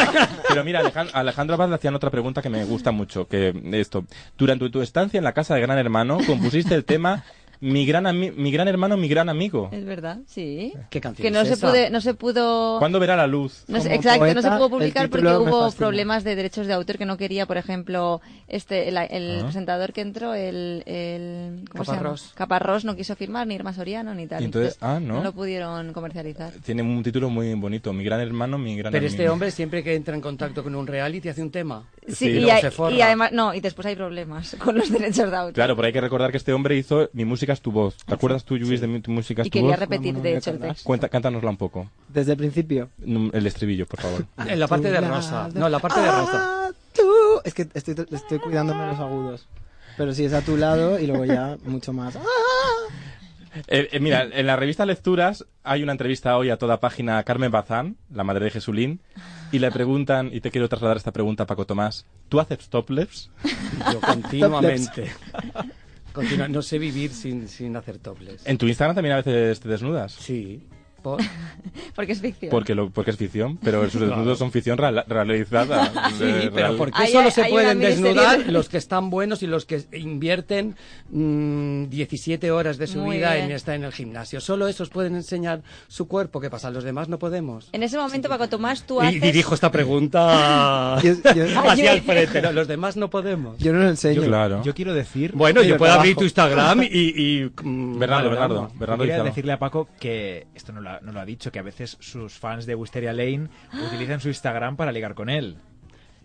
Speaker 2: Pero mira, Alejan- Alejandro Abad le hacían otra pregunta que me gusta mucho, que esto. Durante tu estancia en la casa de Gran Hermano, compusiste el tema Mi gran, ami- mi gran hermano, mi gran amigo.
Speaker 3: es verdad, sí.
Speaker 6: ¿Qué canción
Speaker 3: Que no
Speaker 6: es
Speaker 3: se,
Speaker 6: esa?
Speaker 3: pude, no se pudo...
Speaker 2: ¿Cuándo verá la luz?
Speaker 3: No sé,
Speaker 4: Como
Speaker 3: exacto, no se
Speaker 4: poeta,
Speaker 3: pudo
Speaker 4: el
Speaker 3: publicar porque
Speaker 4: título me
Speaker 3: hubo
Speaker 4: fascina.
Speaker 3: problemas de derechos de autor que no quería, por ejemplo, este el, el presentador que entró, el, el ¿cómo se llama?
Speaker 6: Caparrós.
Speaker 3: Caparrós no quiso firmar ni Irma Soriano ni tal.
Speaker 2: Y entonces, ah, ¿no?
Speaker 3: lo pudieron comercializar.
Speaker 2: Tiene un título muy bonito, Mi gran hermano, mi gran
Speaker 6: Pero
Speaker 2: amigo.
Speaker 6: este hombre siempre que entra en contacto con un reality hace un tema.
Speaker 3: Sí,
Speaker 2: Sí,
Speaker 3: y,
Speaker 6: luego
Speaker 3: hay-
Speaker 6: se forra.
Speaker 3: y además, no, y después hay problemas con los derechos de autor.
Speaker 2: Claro, pero hay que recordar que este hombre hizo Mi música es tu voz. ¿Te acuerdas tú, Luis, de Mi tu música es
Speaker 3: y
Speaker 2: tu
Speaker 3: quería
Speaker 2: voz?
Speaker 3: repetir,
Speaker 4: Vámonos,
Speaker 3: de
Speaker 4: voy a
Speaker 3: hecho, el
Speaker 4: tardar.
Speaker 3: texto.
Speaker 2: Cuenta, cántanosla un poco.
Speaker 4: Desde el principio.
Speaker 2: Mm, El estribillo, por favor.
Speaker 6: En la parte de Rosa. No, la parte de Rosa.
Speaker 4: Ah, tú. Es que estoy, estoy cuidándome los agudos. Pero sí, es a tu lado y luego ya mucho más.
Speaker 2: Eh, eh, mira, en la revista Lecturas hay una entrevista hoy a toda página a Carmen Bazán, la madre de Jesulín, y le preguntan, y te quiero trasladar esta pregunta, Paco Tomás, ¿tú haces topless?
Speaker 3: Ah.
Speaker 6: Yo continuamente. Continua- no sé vivir sin, sin hacer
Speaker 3: Eh,
Speaker 6: toples.
Speaker 2: En tu Instagram también a veces te desnudas,
Speaker 6: Sí. Por-
Speaker 3: Porque es ficción.
Speaker 2: porque, lo, porque es ficción, pero sus desnudos son ficción real- realizada.
Speaker 6: Sí,
Speaker 2: eh,
Speaker 6: pero
Speaker 2: real.
Speaker 6: ¿por qué
Speaker 3: Hay-
Speaker 6: solo
Speaker 3: hay-
Speaker 6: se
Speaker 3: hay
Speaker 6: pueden
Speaker 3: una miniserie
Speaker 6: desnudar
Speaker 3: de-
Speaker 6: los que están buenos y los que invierten mm, 17 horas de su
Speaker 3: Muy
Speaker 6: vida en
Speaker 3: bien.
Speaker 6: estar en el gimnasio? Solo esos pueden enseñar su cuerpo. ¿Qué pasa? Los demás no podemos.
Speaker 3: En ese momento, Paco Tomás, tú
Speaker 6: Y
Speaker 3: haces...
Speaker 6: dirijo esta pregunta
Speaker 4: Yo, yo-
Speaker 6: hacia el frente. ¿no? Los demás no podemos.
Speaker 4: yo no lo enseño.
Speaker 2: Claro.
Speaker 5: Yo quiero decir...
Speaker 6: Bueno,
Speaker 4: Mira,
Speaker 6: yo puedo
Speaker 4: trabajo.
Speaker 6: abrir tu Instagram y... y, mm,
Speaker 2: Bernardo,
Speaker 6: valoramos.
Speaker 2: Bernardo, Bernardo
Speaker 5: Quería
Speaker 2: Izarra.
Speaker 5: decirle a Paco que esto no lo, ha, no lo ha dicho, que a veces sus fans de Wisteria Lane utilizan su Instagram para ligar con él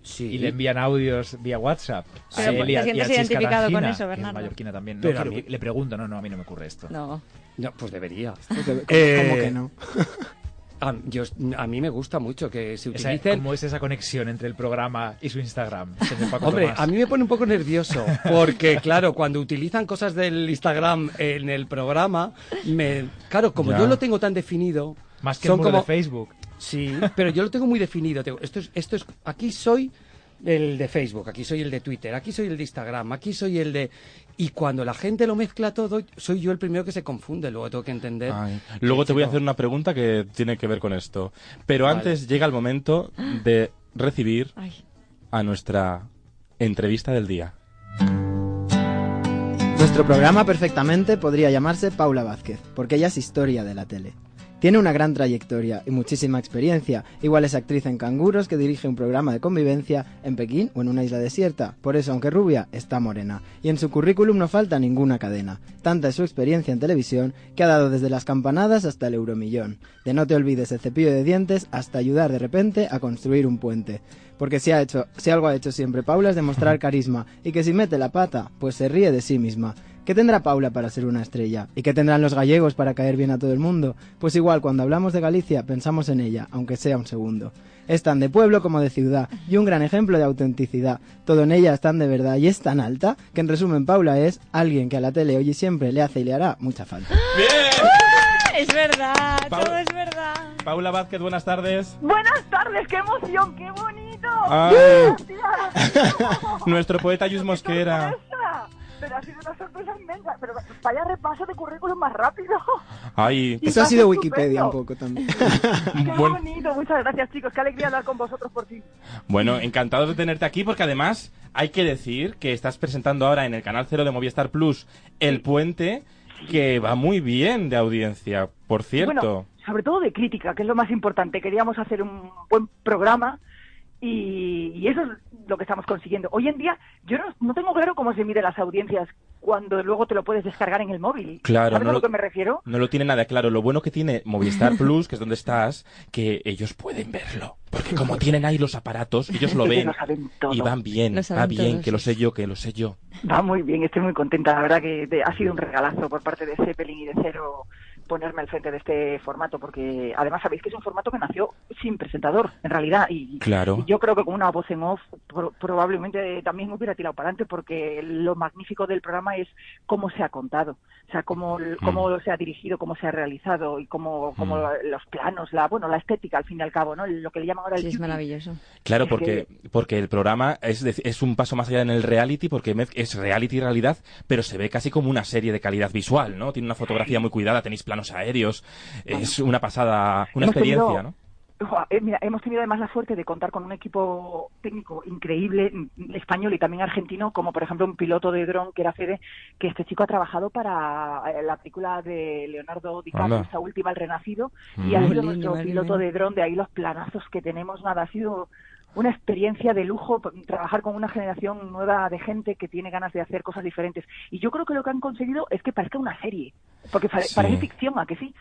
Speaker 6: Sí.
Speaker 5: y le envían audios vía WhatsApp. a
Speaker 3: Pero,
Speaker 5: él y a-
Speaker 3: ¿te
Speaker 5: y a
Speaker 3: sientes
Speaker 5: Chisca
Speaker 3: identificado con
Speaker 5: Tangina,
Speaker 3: eso,
Speaker 5: que es
Speaker 3: Bernardo?
Speaker 5: mallorquina también. No,
Speaker 6: Pero a
Speaker 5: quiero-
Speaker 6: mí-
Speaker 5: Le pregunto, no, no, a mí no me ocurre esto.
Speaker 3: No.
Speaker 6: No, pues debería.
Speaker 4: Pues, ¿Cómo,
Speaker 6: Eh,
Speaker 4: cómo que no?
Speaker 6: A, yo, a mí me gusta mucho que se
Speaker 5: Esa-
Speaker 6: utilicen
Speaker 5: ¿Cómo es esa conexión entre el programa y su Instagram? señor Paco
Speaker 6: Hombre,
Speaker 5: Tomás?
Speaker 6: a mí me pone un poco nervioso, porque claro, cuando utilizan cosas del Instagram en el programa, me, claro, como
Speaker 2: Ya.
Speaker 6: yo lo tengo tan definido,
Speaker 5: Más que el
Speaker 6: son
Speaker 5: muro
Speaker 6: como
Speaker 5: de Facebook.
Speaker 6: sí, pero yo lo tengo muy definido. tengo- esto es, esto es, aquí soy el de Facebook, aquí soy el de Twitter, aquí soy el de Instagram, aquí soy el de y cuando la gente lo mezcla todo, soy yo el primero que se confunde. Luego tengo que entender.
Speaker 2: Ay, Luego te voy a hacer una pregunta que tiene que ver con esto. Pero antes llega el momento de recibir
Speaker 3: Ay.
Speaker 2: a nuestra entrevista del día.
Speaker 4: Nuestro programa perfectamente podría llamarse Paula Vázquez, porque ella es historia de la tele. Tiene una gran trayectoria y muchísima experiencia. Igual es actriz en Canguros que dirige un programa de convivencia en Pekín o en una isla desierta. Por eso, aunque rubia, está morena. Y en su currículum no falta ninguna cadena. Tanta es su experiencia en televisión que ha dado desde las campanadas hasta el euromillón. De no te olvides el cepillo de dientes hasta ayudar de repente a construir un puente. Porque si, ha hecho, si algo ha hecho siempre Paula es demostrar carisma y que si mete la pata, pues se ríe de sí misma. ¿Qué tendrá Paula para ser una estrella? ¿Y qué tendrán los gallegos para caer bien a todo el mundo? Pues igual, cuando hablamos de Galicia, pensamos en ella, aunque sea un segundo. Es tan de pueblo como de ciudad y un gran ejemplo de autenticidad. Todo en ella es tan de verdad y es tan alta que, en resumen, Paula es alguien que a la tele hoy y siempre le hace y le hará mucha falta.
Speaker 3: Es verdad,
Speaker 2: Pau-
Speaker 3: todo es verdad.
Speaker 2: Paula Vázquez, buenas tardes.
Speaker 9: Buenas tardes, qué emoción, qué bonito.
Speaker 2: Ay.
Speaker 9: Gracias.
Speaker 2: Nuestro poeta Yus Mosquera.
Speaker 9: Sorpresa. Pero ha sido una sorpresa inmensa. Pero vaya repaso de currículum más rápido.
Speaker 2: Ay,
Speaker 9: Y
Speaker 4: Eso ha
Speaker 9: pasa
Speaker 4: sido
Speaker 9: estupendo.
Speaker 4: Wikipedia un poco también.
Speaker 9: Qué
Speaker 2: buen-
Speaker 9: bonito, muchas gracias chicos. Qué alegría hablar con vosotros por ti.
Speaker 2: bueno, encantado de tenerte aquí porque además hay que decir que estás presentando ahora en el canal cero de Movistar Plus El Puente, que va muy bien de audiencia, por cierto.
Speaker 9: Bueno, sobre todo de crítica, que es lo más importante. Queríamos hacer un buen programa y, y eso es lo que estamos consiguiendo. Hoy en día yo no, no tengo claro cómo se miden las audiencias cuando luego te lo puedes descargar en el móvil.
Speaker 2: Claro,
Speaker 9: ¿Sabes
Speaker 2: no
Speaker 9: a
Speaker 2: lo-
Speaker 9: lo que me refiero?
Speaker 2: No lo tiene nada claro. Lo bueno que tiene Movistar Plus, que es donde estás, que ellos pueden verlo. Porque como tienen ahí los aparatos, ellos lo
Speaker 9: Sí,
Speaker 2: ven.
Speaker 9: lo saben todo.
Speaker 2: Y van bien,
Speaker 3: Lo
Speaker 2: va
Speaker 3: saben
Speaker 2: bien,
Speaker 3: todos.
Speaker 2: que lo sé yo, que lo sé yo.
Speaker 9: Va muy bien, estoy muy contenta. La verdad que te- ha sido un regalazo por parte de Zeppelin y de Cero ponerme al frente de este formato, porque además sabéis que es un formato que nació sin presentador, en realidad. Y,
Speaker 2: Claro.
Speaker 9: y yo creo que con una voz en off pro- probablemente también hubiera tirado para adelante, porque lo magnífico del programa es cómo se ha contado, o sea, cómo, cómo se ha dirigido, cómo se ha realizado y cómo, cómo los planos, la bueno, la estética al fin y al cabo, ¿no? Lo que le llaman ahora el
Speaker 3: Sí, es
Speaker 9: beauty.
Speaker 3: maravilloso.
Speaker 2: Claro,
Speaker 9: Es
Speaker 2: porque, porque el programa es, dec- es un paso más allá en el reality, porque mez- es reality y realidad, pero se ve casi como una serie de calidad visual, ¿no? Tiene una fotografía muy cuidada, tenéis planos aéreos, es una pasada, una
Speaker 9: Hemos tenido-
Speaker 2: experiencia, ¿no?
Speaker 9: Ojo, eh, mira, hemos tenido además la suerte de contar con un equipo técnico increíble, mm, español y también argentino, como por ejemplo un piloto de dron que era Fede, que este chico ha trabajado para eh, la película de Leonardo DiCaprio,
Speaker 2: Anda.
Speaker 9: esa última, El Renacido,
Speaker 2: Mm.
Speaker 9: y ha sido
Speaker 3: Jolín,
Speaker 9: nuestro
Speaker 3: madre
Speaker 9: piloto
Speaker 3: mía.
Speaker 9: de dron, de ahí los planazos que tenemos, nada, ha sido una experiencia de lujo p- trabajar con una generación nueva de gente que tiene ganas de hacer cosas diferentes. Y yo creo que lo que han conseguido es que parezca una serie, porque pare-
Speaker 2: Sí.
Speaker 9: parece ficción, ¿a que sí?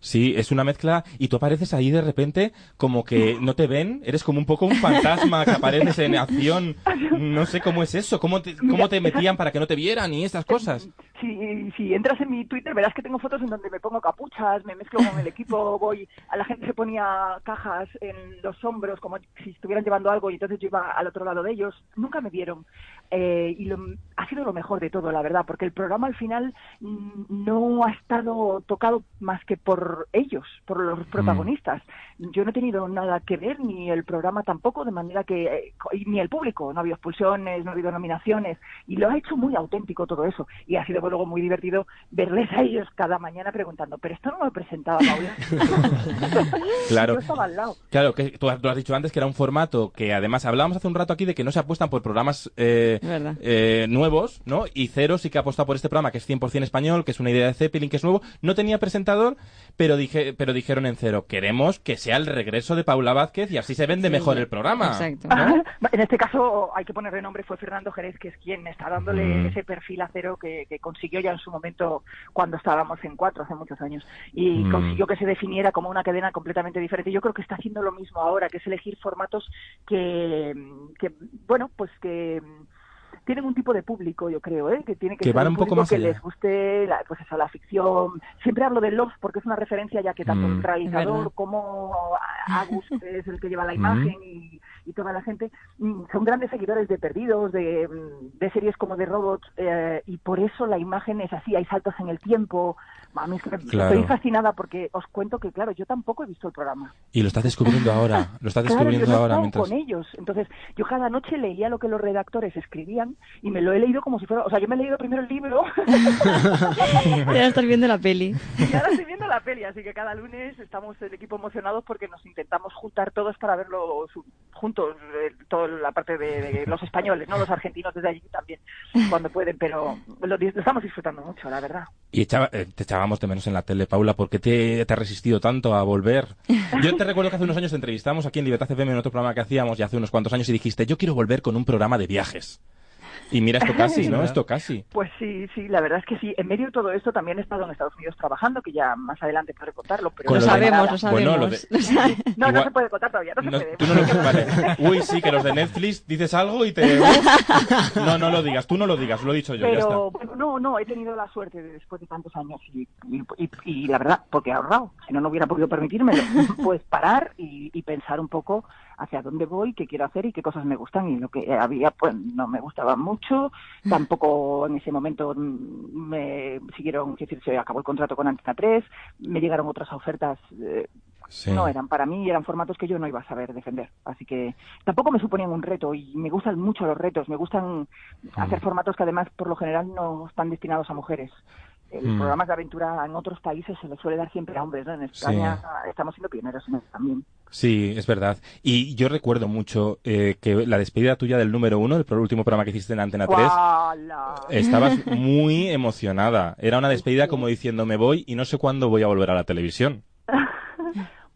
Speaker 2: Sí, es una mezcla y tú apareces ahí de repente como que no te ven, eres como un poco un fantasma que apareces en acción. No sé cómo es eso, cómo te, cómo te metían para que no te vieran y estas cosas.
Speaker 9: Si, si entras en mi Twitter verás que tengo fotos en donde me pongo capuchas, me mezclo con el equipo, voy a la gente se ponía cajas en los hombros como si estuvieran llevando algo y entonces yo iba al otro lado de ellos. Nunca me vieron Eh, y lo- ha sido lo mejor de todo, la verdad, porque el programa al final mm, no ha estado tocado más que por ellos, por los protagonistas. Yo no he tenido nada que ver ni el programa tampoco, de manera que eh, co- y ni el público, no ha habido expulsiones, no ha habido nominaciones y lo ha hecho muy auténtico todo eso. Y ha sido pues, luego muy divertido verles a ellos cada mañana preguntando, pero esto no lo presentaba Paula.
Speaker 2: Claro.
Speaker 9: Yo estaba al lado.
Speaker 2: Claro, que tú has, tú has dicho antes que era un formato que además hablábamos hace un rato aquí de que no se apuestan por programas eh,
Speaker 3: Es verdad.
Speaker 2: eh, nuevos, ¿no? Y Cero sí que ha apostado por este programa que es 100% español, que es una idea de Zeppelin, que es nuevo. No tenía presentador, pero, dije, pero dijeron en Cero, queremos que sea el regreso de Paula Vázquez y así se vende mejor el programa.
Speaker 3: Exacto.
Speaker 9: En este caso, hay que ponerle nombre, fue Fernando Jerez, que es quien está dándole
Speaker 2: Mm.
Speaker 9: ese perfil a cero que, que consiguió ya en su momento cuando estábamos en cuatro, hace muchos años, y
Speaker 2: Mm.
Speaker 9: consiguió que se definiera como una cadena completamente diferente. Yo creo que está haciendo lo mismo ahora, que es elegir formatos que, que, bueno, pues que tienen un tipo de público, yo creo, ¿eh? que tiene que,
Speaker 2: Que
Speaker 9: ser
Speaker 2: van un
Speaker 9: un
Speaker 2: poco
Speaker 9: público
Speaker 2: más
Speaker 9: que
Speaker 2: allá.
Speaker 9: les guste, la, pues eso, la ficción. Siempre hablo de Love porque es una referencia ya que tanto
Speaker 2: Mm.
Speaker 9: el
Speaker 3: Es
Speaker 9: realizador
Speaker 3: verdad.
Speaker 9: como Agus, que es el que lleva la imagen y, y toda la gente, mm, son grandes seguidores de Perdidos, de, mm, de series como de Robots, eh, y por eso la imagen es así, hay saltos en el tiempo. A mí es que
Speaker 2: Claro.
Speaker 9: estoy fascinada porque os cuento que, claro, yo tampoco he visto el programa.
Speaker 2: Y lo estás descubriendo ahora. Lo estás
Speaker 9: Claro,
Speaker 2: descubriendo
Speaker 9: yo no
Speaker 2: ahora
Speaker 9: estaba
Speaker 2: mientras.
Speaker 9: con ellos. Entonces, yo cada noche leía lo que los redactores escribían y me lo he leído como si fuera... O sea, yo me he leído primero el libro
Speaker 3: Ya estás viendo la peli.
Speaker 9: y ahora estoy viendo la peli. Así que cada lunes estamos el equipo emocionados porque nos intentamos juntar todos para verlo su- juntos, eh, toda la parte de, de los españoles, ¿no? Los argentinos desde allí también, cuando pueden. Pero lo, dis- lo estamos disfrutando mucho, la verdad.
Speaker 2: Y echaba- eh, te echábamos de menos en la tele, Paula. ¿Por qué te, te has resistido tanto a volver? Yo te recuerdo que hace unos años te entrevistamos aquí en Libertad FM en otro programa que hacíamos y hace unos cuantos años y dijiste, yo quiero volver con un programa de viajes. Y mira, esto casi, ¿no? Esto casi.
Speaker 9: Pues sí, sí, la verdad es que sí. En medio de todo esto también he estado en Estados Unidos trabajando, que ya más adelante podré contarlo. Pero
Speaker 2: Con lo
Speaker 3: Lo
Speaker 2: de-
Speaker 3: sabemos, lo sabemos.
Speaker 2: Bueno, lo de-
Speaker 3: Lo sabe-
Speaker 9: No, no
Speaker 2: Igual-
Speaker 9: se puede contar todavía, no se
Speaker 2: No,
Speaker 9: puede.
Speaker 2: tú no lo- vale. Uy, sí, que los de Netflix dices algo y te... Uf. No, no lo digas, tú no lo digas, lo he dicho yo, ya está.
Speaker 9: Pero bueno, no, no, he tenido la suerte de, después de tantos años y, y, y- y la verdad, porque he ahorrado, si no, no hubiera podido permitírmelo, pues parar y, y pensar un poco hacia dónde voy, qué quiero hacer y qué cosas me gustan y lo que había, pues no me gustaba mucho,
Speaker 2: Mm.
Speaker 9: tampoco en ese momento mm, me siguieron, quiero decir, se acabó el contrato con Antena 3, me llegaron otras ofertas eh,
Speaker 2: Sí.
Speaker 9: no eran para mí, eran formatos que yo no iba a saber defender. Así que tampoco me suponían un reto y me gustan mucho los retos. Me gustan hacer
Speaker 2: Mm.
Speaker 9: formatos que además por lo general no están destinados a mujeres. El
Speaker 2: Mm.
Speaker 9: programas de aventura en otros países se les suele dar siempre a hombres, ¿no? En España estamos siendo pioneros en eso también.
Speaker 2: Sí, es verdad. Y yo recuerdo mucho eh, que la despedida tuya del número uno, el pro- último programa que hiciste en Antena 3,
Speaker 9: ¡Guala!
Speaker 2: estabas muy emocionada. Era una despedida como diciendo, me voy y no sé cuándo voy a volver a la televisión.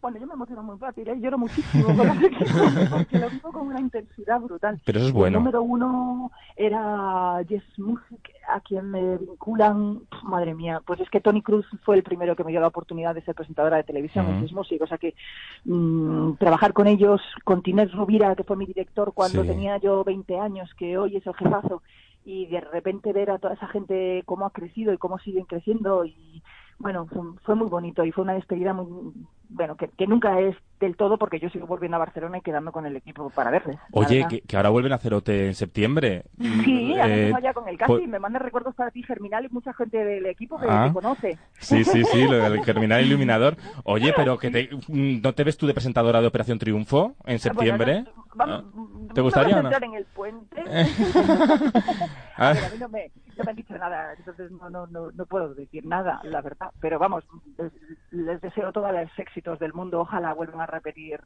Speaker 9: Bueno, yo me emociono muy rápido, ¿eh? lloro muchísimo con las equipos, porque lo vivo con una intensidad brutal.
Speaker 2: Pero eso es
Speaker 9: El
Speaker 2: bueno.
Speaker 9: número uno era Yes Music, a quien me vinculan, pf, madre mía, pues es que Tony Cruz fue el primero que me dio la oportunidad de ser presentadora de televisión en
Speaker 2: Ujú.
Speaker 9: Yes Music, o sea que mm, trabajar con ellos, con Tinés Rubira, que fue mi director cuando
Speaker 2: Sí.
Speaker 9: tenía yo 20 años, que hoy es el jefazo, y de repente ver a toda esa gente cómo ha crecido y cómo siguen creciendo y bueno, fue, fue muy bonito y fue una despedida muy bueno que, que nunca es del todo porque yo sigo volviendo a Barcelona y quedando con el equipo para verles. la
Speaker 2: Oye,
Speaker 9: verdad.
Speaker 2: que, que ahora vuelven a Cerote E en septiembre.
Speaker 9: Sí, ahora
Speaker 2: Eh,
Speaker 9: mismo ya con el casting,
Speaker 2: po-
Speaker 9: me mandan recuerdos para ti, Germinal, y mucha gente del equipo que
Speaker 2: Ah.
Speaker 9: te conoce.
Speaker 2: Sí, sí, sí, lo del germinal iluminador. Oye, pero que te- mm, ¿no te ves tú de presentadora de Operación Triunfo en septiembre?
Speaker 9: Bueno, no, vamos,
Speaker 2: Ah, ¿Te gustaría o no?
Speaker 9: vamos a entrar en el puente.
Speaker 2: Ah,
Speaker 9: A ver, a mí no me, no me han dicho nada, entonces no, no, no, no puedo decir nada, la verdad. Pero vamos, les, les deseo todos los éxitos del mundo. Ojalá vuelvan a repetir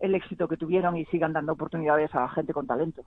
Speaker 9: el éxito que tuvieron y sigan dando oportunidades a gente con talento.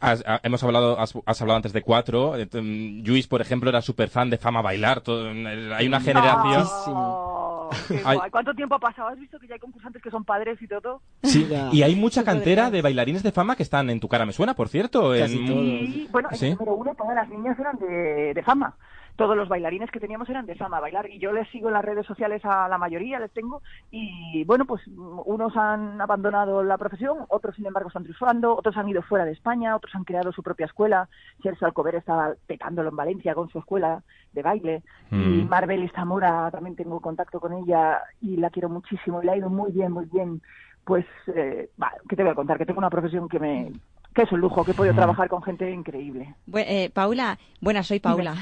Speaker 2: has- ah, hemos hablado, has, has hablado antes de cuatro. Eh, mm, Luis, por ejemplo, era súper fan de Fama Bailar. Todo- hay
Speaker 5: Ah,
Speaker 2: una generación.
Speaker 9: Oh, qué
Speaker 2: Ay.
Speaker 9: guay. ¿Cuánto tiempo ha pasado? ¿Has visto que ya hay concursantes que son padres y todo?
Speaker 2: Sí,
Speaker 4: Ya.
Speaker 2: y hay mucha cantera de bailarines de fama que están en tu cara, me suena, por cierto.
Speaker 4: Casi
Speaker 2: en-
Speaker 4: todos.
Speaker 9: Y bueno, en
Speaker 2: Sí.
Speaker 9: el número uno todas las niñas eran de, de fama. Todos los bailarines que teníamos eran de fama bailar y yo les sigo en las redes sociales a la mayoría, les tengo y bueno, pues mm, unos han abandonado la profesión, otros sin embargo están triunfando, otros han ido fuera de España, otros han creado su propia escuela. Sergio Alcover está petándolo en Valencia con su escuela de baile y
Speaker 2: Mm.
Speaker 9: Marbelis Zamora también tengo contacto con ella y la quiero muchísimo, y le ha ido muy bien, muy bien. Pues, eh, va, ¿qué te voy a contar? Que tengo una profesión que me que es un lujo, que he podido trabajar con gente increíble.
Speaker 3: Bu- eh, Paula, buena, soy Paula.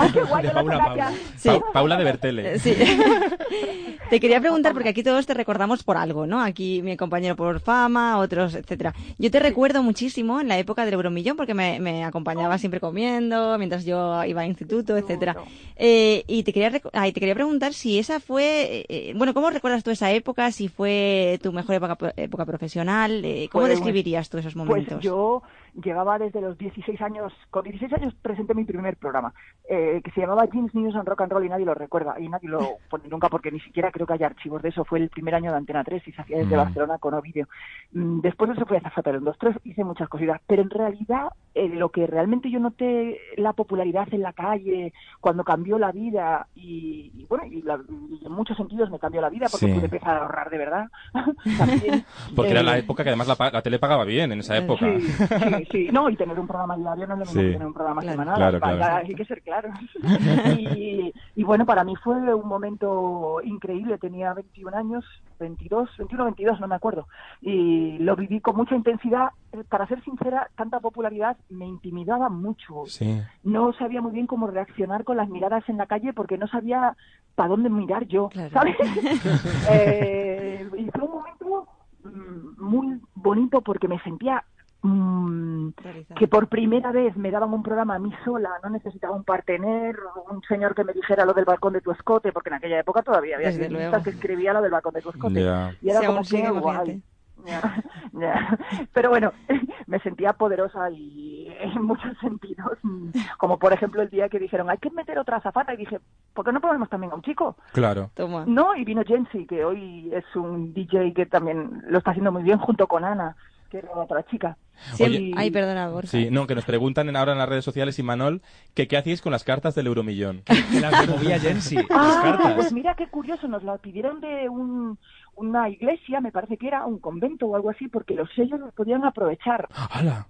Speaker 9: ¡Ay, qué guay!
Speaker 5: De
Speaker 9: hola,
Speaker 5: Paula a
Speaker 9: Soraya.
Speaker 5: Paula.
Speaker 3: Sí.
Speaker 2: Pa- Paula de Bertele.
Speaker 3: Sí. Te quería preguntar, porque aquí todos te recordamos por algo, ¿no? Aquí mi compañero por fama, otros, etcétera. Yo te recuerdo muchísimo en la época del Euromillón, porque me, me
Speaker 9: Oh.
Speaker 3: acompañaba siempre comiendo, mientras yo iba al instituto, etcétera. Eh, y te quería, recu- ay, te quería preguntar si esa fue, eh, bueno, ¿cómo recuerdas tú esa época? Si fue tu mejor época, época profesional, eh, ¿cómo
Speaker 9: Pues-
Speaker 3: describirías tú esos
Speaker 9: Pues
Speaker 3: momentos?
Speaker 9: yo llevaba desde los 16 años, con 16 años presenté mi primer programa, eh, que se llamaba Jeans News and Rock and Roll y nadie lo recuerda, y nadie lo pone nunca porque ni siquiera creo que haya archivos de eso, fue el primer año de Antena 3 y se hacía desde
Speaker 2: Mm.
Speaker 9: Barcelona con Ovidio. Mm, Después de eso fui a Zafata en 2-3, hice muchas cositas, pero en realidad eh, lo que realmente yo noté la popularidad en la calle, cuando cambió la vida, y, y bueno, y, la- y en muchos sentidos me cambió la vida porque
Speaker 2: Sí.
Speaker 9: pude empezar a ahorrar de verdad. También,
Speaker 2: Porque era
Speaker 9: eh,
Speaker 2: la época que además la, pa- la tele pagaba bien en esa época.
Speaker 9: Sí, sí, sí, sí. No, y tener un programa diario no es lo mismo
Speaker 2: Sí.
Speaker 9: que tener un programa
Speaker 3: Claro.
Speaker 9: semanal.
Speaker 2: Claro,
Speaker 9: Vaya,
Speaker 2: claro.
Speaker 9: Hay que ser claros. y, y bueno, para mí fue un momento increíble. Tenía 21 años, 22, 21, 22, no me acuerdo. Y lo viví con mucha intensidad. Eh, Para ser sincera, tanta popularidad me intimidaba mucho.
Speaker 2: Sí.
Speaker 9: No sabía muy bien cómo reaccionar con las miradas en la calle porque no sabía para dónde mirar yo,
Speaker 3: Claro.
Speaker 9: ¿sabes? Eh, y fue un momento mm, muy bonito porque me sentía mm,
Speaker 3: Realizado.
Speaker 9: que por primera vez me daban un programa a mí sola, no necesitaba un partener, un señor que me dijera lo del balcón de tu escote, porque en aquella época todavía había
Speaker 3: Desde
Speaker 9: guionistas
Speaker 3: luego.
Speaker 9: que escribía lo del balcón de tu escote.
Speaker 2: Ya.
Speaker 9: Y era
Speaker 3: Si
Speaker 9: como
Speaker 3: aún
Speaker 9: que,
Speaker 3: sigue,
Speaker 9: guay.
Speaker 3: imagínate.
Speaker 9: Ya, ya. Pero bueno, me sentía poderosa y en muchos sentidos. Como por ejemplo el día que dijeron, hay que meter otra azafata. Y dije, ¿por qué no ponemos también a un chico?
Speaker 2: Claro.
Speaker 3: Toma.
Speaker 9: No, y vino Jensi, que hoy es un DJ que también lo está haciendo muy bien junto con Ana, que era otra chica.
Speaker 3: Siempre-
Speaker 9: Oye-
Speaker 3: Ay, perdona, Borja.
Speaker 2: Sí, no, que nos preguntan en- ahora en las redes sociales, y Manol, que qué hacéis con las cartas del Euromillón.
Speaker 5: Que las removía Jensi, las
Speaker 9: Ah,
Speaker 5: cartas.
Speaker 9: pues mira qué curioso, nos la pidieron de un, una iglesia, me parece que era un convento o algo así, porque los sellos los podían aprovechar.
Speaker 2: ¡Hala!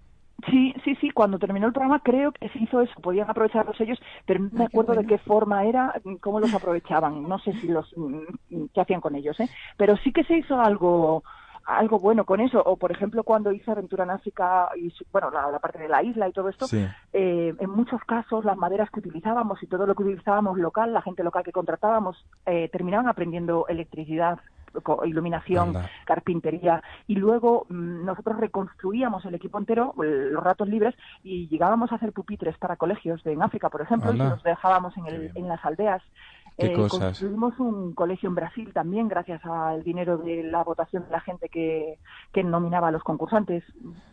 Speaker 9: Sí, sí, sí, cuando terminó el programa creo que se hizo eso, podían aprovechar los sellos, pero no me
Speaker 3: Ay, qué
Speaker 9: acuerdo de
Speaker 3: bueno.
Speaker 9: qué forma era, cómo los aprovechaban, no sé si los, mm, qué hacían con ellos, ¿eh? Pero sí que se hizo algo, algo bueno con eso, o por ejemplo cuando hice Aventura en África, y su- bueno, la, la parte de la isla y todo esto,
Speaker 2: Sí.
Speaker 9: eh, en muchos casos las maderas que utilizábamos y todo lo que utilizábamos local, la gente local que contratábamos, eh, terminaban aprendiendo electricidad, co- iluminación,
Speaker 2: Anda.
Speaker 9: carpintería y luego mm, nosotros reconstruíamos el equipo entero, el- los ratos libres y llegábamos a hacer pupitres para colegios de, en África, por ejemplo, y
Speaker 2: Anda.
Speaker 9: se los dejábamos en, el-
Speaker 5: Qué bien.
Speaker 9: en las aldeas.
Speaker 2: Qué cosas.
Speaker 9: Eh, Construimos un colegio en Brasil también gracias al dinero de la votación de la gente que, que nominaba a los concursantes.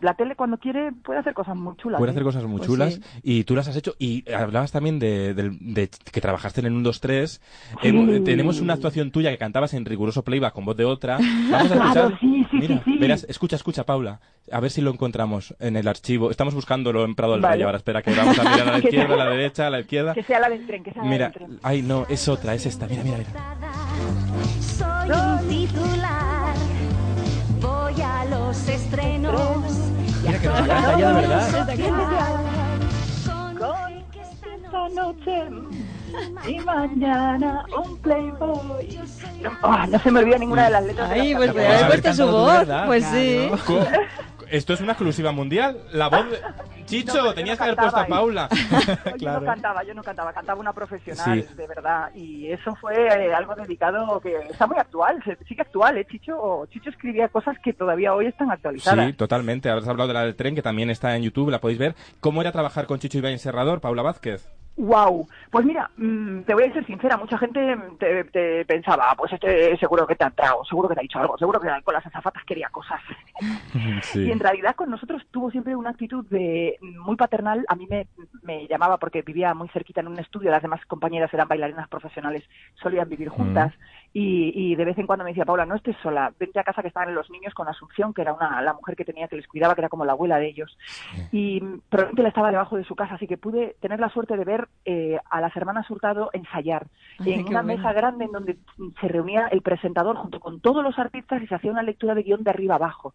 Speaker 9: La tele cuando quiere puede hacer cosas muy chulas.
Speaker 2: Puede
Speaker 9: ¿eh?
Speaker 2: hacer cosas muy
Speaker 3: Pues
Speaker 2: chulas
Speaker 3: sí.
Speaker 2: y tú las has hecho. Y hablabas también de, del- de que trabajaste en el 1-2-3.
Speaker 9: Sí.
Speaker 2: eh, tenemos una actuación tuya que cantabas en riguroso playback con voz de otra. Vamos a escuchar.
Speaker 9: Claro, sí, sí,
Speaker 2: Mira,
Speaker 9: sí, sí.
Speaker 2: verás, escucha, escucha, Paula. A ver si lo encontramos en el archivo. Estamos buscándolo en Prado del
Speaker 9: Vale.
Speaker 2: Rey. Ahora espera que vamos a mirar a la
Speaker 9: Que
Speaker 2: izquierda, a
Speaker 9: sea-
Speaker 2: la derecha, a la izquierda.
Speaker 9: Que sea la del tren, que sea la
Speaker 2: Mira,
Speaker 9: del tren.
Speaker 2: ay, no, es otra, es esta. Mira, mira, mira.
Speaker 7: Soy un titular. Voy a los estrenos.
Speaker 5: Mira que nos canta ya de verdad.
Speaker 7: Con que esta
Speaker 9: Esta
Speaker 7: noche
Speaker 9: noche y mañana un Playboy.
Speaker 7: yo soy
Speaker 9: No, ah, no se me olvida ninguna de las letras. de
Speaker 3: Ay,
Speaker 9: las
Speaker 3: pues
Speaker 9: canciones.
Speaker 3: de
Speaker 5: Vamos a
Speaker 3: haber
Speaker 5: ver,
Speaker 3: puesto su
Speaker 5: cantando tú,
Speaker 3: voz.
Speaker 5: ¿verdad?
Speaker 3: Pues sí.
Speaker 2: Co- Esto es una exclusiva mundial. La voz de...
Speaker 9: No, pero
Speaker 2: Chicho,
Speaker 9: yo
Speaker 2: tenías que
Speaker 9: no
Speaker 2: haber puesto a
Speaker 9: cantaba
Speaker 2: Paula.
Speaker 9: Oye, Yo no cantaba, yo no cantaba, cantaba una profesional,
Speaker 2: Sí.
Speaker 9: de verdad. Y eso fue eh, algo dedicado que está muy actual, se- sigue actual, ¿eh? Chicho, Chicho escribía cosas que todavía hoy están actualizadas.
Speaker 2: Sí, totalmente. Habrás hablado de la del tren, que también está en YouTube, la podéis ver. ¿Cómo era trabajar con Chicho Ibañez Serrador, Paula Vázquez?
Speaker 9: Wow, pues mira, mm, te voy a ser sincera, mucha gente mm, te, te pensaba, "Ah, pues este seguro que te ha entrado, seguro que te ha dicho algo, seguro que con las azafatas quería cosas.
Speaker 2: Sí.
Speaker 9: Y en realidad con nosotros tuvo siempre una actitud de mm, muy paternal. A mí me, me llamaba porque vivía muy cerquita en un estudio, las demás compañeras eran bailarinas profesionales, solían vivir
Speaker 8: Mm.
Speaker 9: juntas.
Speaker 2: Mm,
Speaker 9: Y, y de vez en cuando me decía, Paula, no estés sola, vente a casa que estaban los niños con Asunción, que era una, la mujer que tenía que les cuidaba, que era como la abuela de ellos. Y mm, probablemente la estaba debajo de su casa, así que pude tener la suerte de ver eh, a las hermanas Hurtado ensayar
Speaker 3: Ay,
Speaker 9: en
Speaker 3: qué
Speaker 9: una
Speaker 3: bueno.
Speaker 9: mesa grande en donde se reunía el presentador junto con todos los artistas y se hacía una lectura de guión de arriba abajo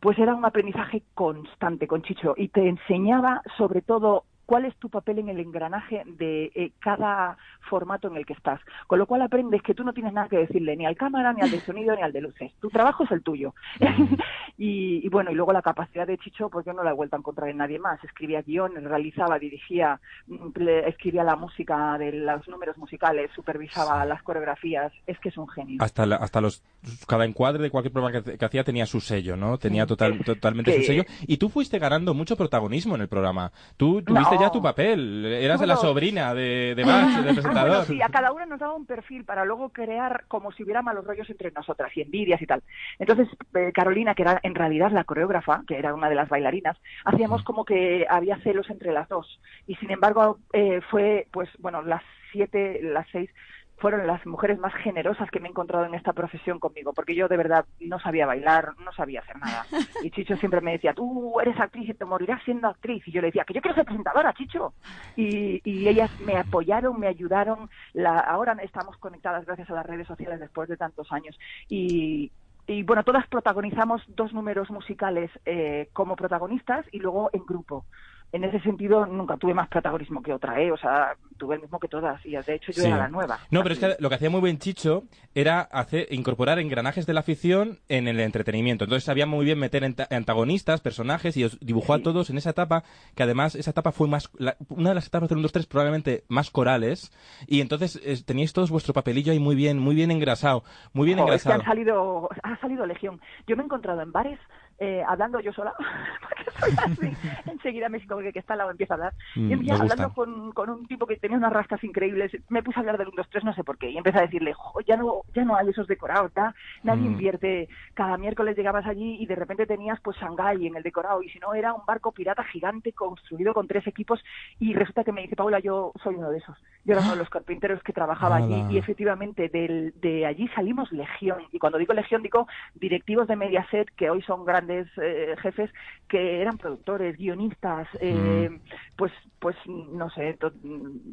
Speaker 9: pues era un aprendizaje constante con Chicho y te enseñaba sobre todo cuál es tu papel en el engranaje de eh, cada formato en el que estás. Con lo cual aprendes que tú no tienes nada que decirle ni al cámara, ni al de sonido, ni al de luces. Tu trabajo es el tuyo. y, y bueno, y luego la capacidad de Chicho, pues yo no la he vuelto a encontrar en nadie más. Escribía guiones, realizaba, dirigía, mm, le- escribía la música de los números musicales, supervisaba las coreografías. Es que es un genio.
Speaker 2: Hasta, la- hasta los cada encuadre de cualquier programa que, que hacía tenía su sello, ¿no? Tenía total, totalmente
Speaker 9: que-
Speaker 2: su sello. Y tú fuiste ganando mucho protagonismo en el programa. Tú tuviste
Speaker 9: No.
Speaker 2: ya tu papel. Eras
Speaker 9: Bueno.
Speaker 2: la sobrina de, de Bach, del
Speaker 9: Ah, bueno,
Speaker 2: presentador.
Speaker 9: sí, a cada una nos daba un perfil para luego crear como si hubiera malos rollos entre nosotras y envidias y tal. Entonces, eh, Carolina, que era en realidad la coreógrafa, que era una de las bailarinas, hacíamos como que había celos entre las dos. Y sin embargo, eh, fue, pues, bueno, las siete, las seis fueron las mujeres más generosas que me he encontrado en esta profesión conmigo, porque yo de verdad no sabía bailar, no sabía hacer nada. Y Chicho siempre me decía, tú eres actriz y te morirás siendo actriz. Y yo le decía, que yo quiero ser presentadora, Chicho. Y, y ellas me apoyaron, me ayudaron. La, ahora estamos conectadas gracias a las redes sociales después de tantos años. Y Y bueno, todas protagonizamos dos números musicales eh, como protagonistas y luego en grupo. En ese sentido, nunca tuve más protagonismo que otra, ¿eh? O sea, tuve el mismo que todas y de hecho yo
Speaker 2: Sí.
Speaker 9: era la nueva.
Speaker 2: No, pero es
Speaker 9: Así.
Speaker 2: que lo que hacía muy buen Chicho era hacer, incorporar engranajes de la afición en el entretenimiento. Entonces sabía muy bien meter anta- antagonistas, personajes y os dibujó a todos en esa etapa, que además esa etapa fue más, la- una de las etapas del 1, 2, 3 probablemente más corales. Y entonces eh, teníais todos vuestro papelillo ahí muy bien, muy bien engrasado, muy bien
Speaker 9: Jo, es que
Speaker 2: engrasado.
Speaker 9: han salido, ha salido legión. Yo me he encontrado en bares eh, hablando yo sola, porque soy así. Enseguida México, porque que está al lado, empieza a hablar.
Speaker 2: Mm,
Speaker 9: y un día
Speaker 2: me gusta.
Speaker 9: hablando con, con un tipo que tenía unas rascas increíbles, me puse a hablar del 1, 2, 3, no sé por qué, y empecé a decirle, "Jo, ya no, ya no hay esos decorados, ya nadie
Speaker 2: Mm.
Speaker 9: invierte. Cada miércoles llegabas allí y de repente tenías pues Shanghái en el decorado, y si no, era un barco pirata gigante construido con tres equipos, y resulta que me dice, Paula, yo soy uno de esos. Yo era uno de los carpinteros que trabajaba allí,
Speaker 2: Ala.
Speaker 9: y efectivamente del, de allí salimos legión, y cuando digo legión digo directivos de Mediaset, que hoy son grandes eh, jefes, que eran productores, guionistas, eh, pues, pues no sé, to-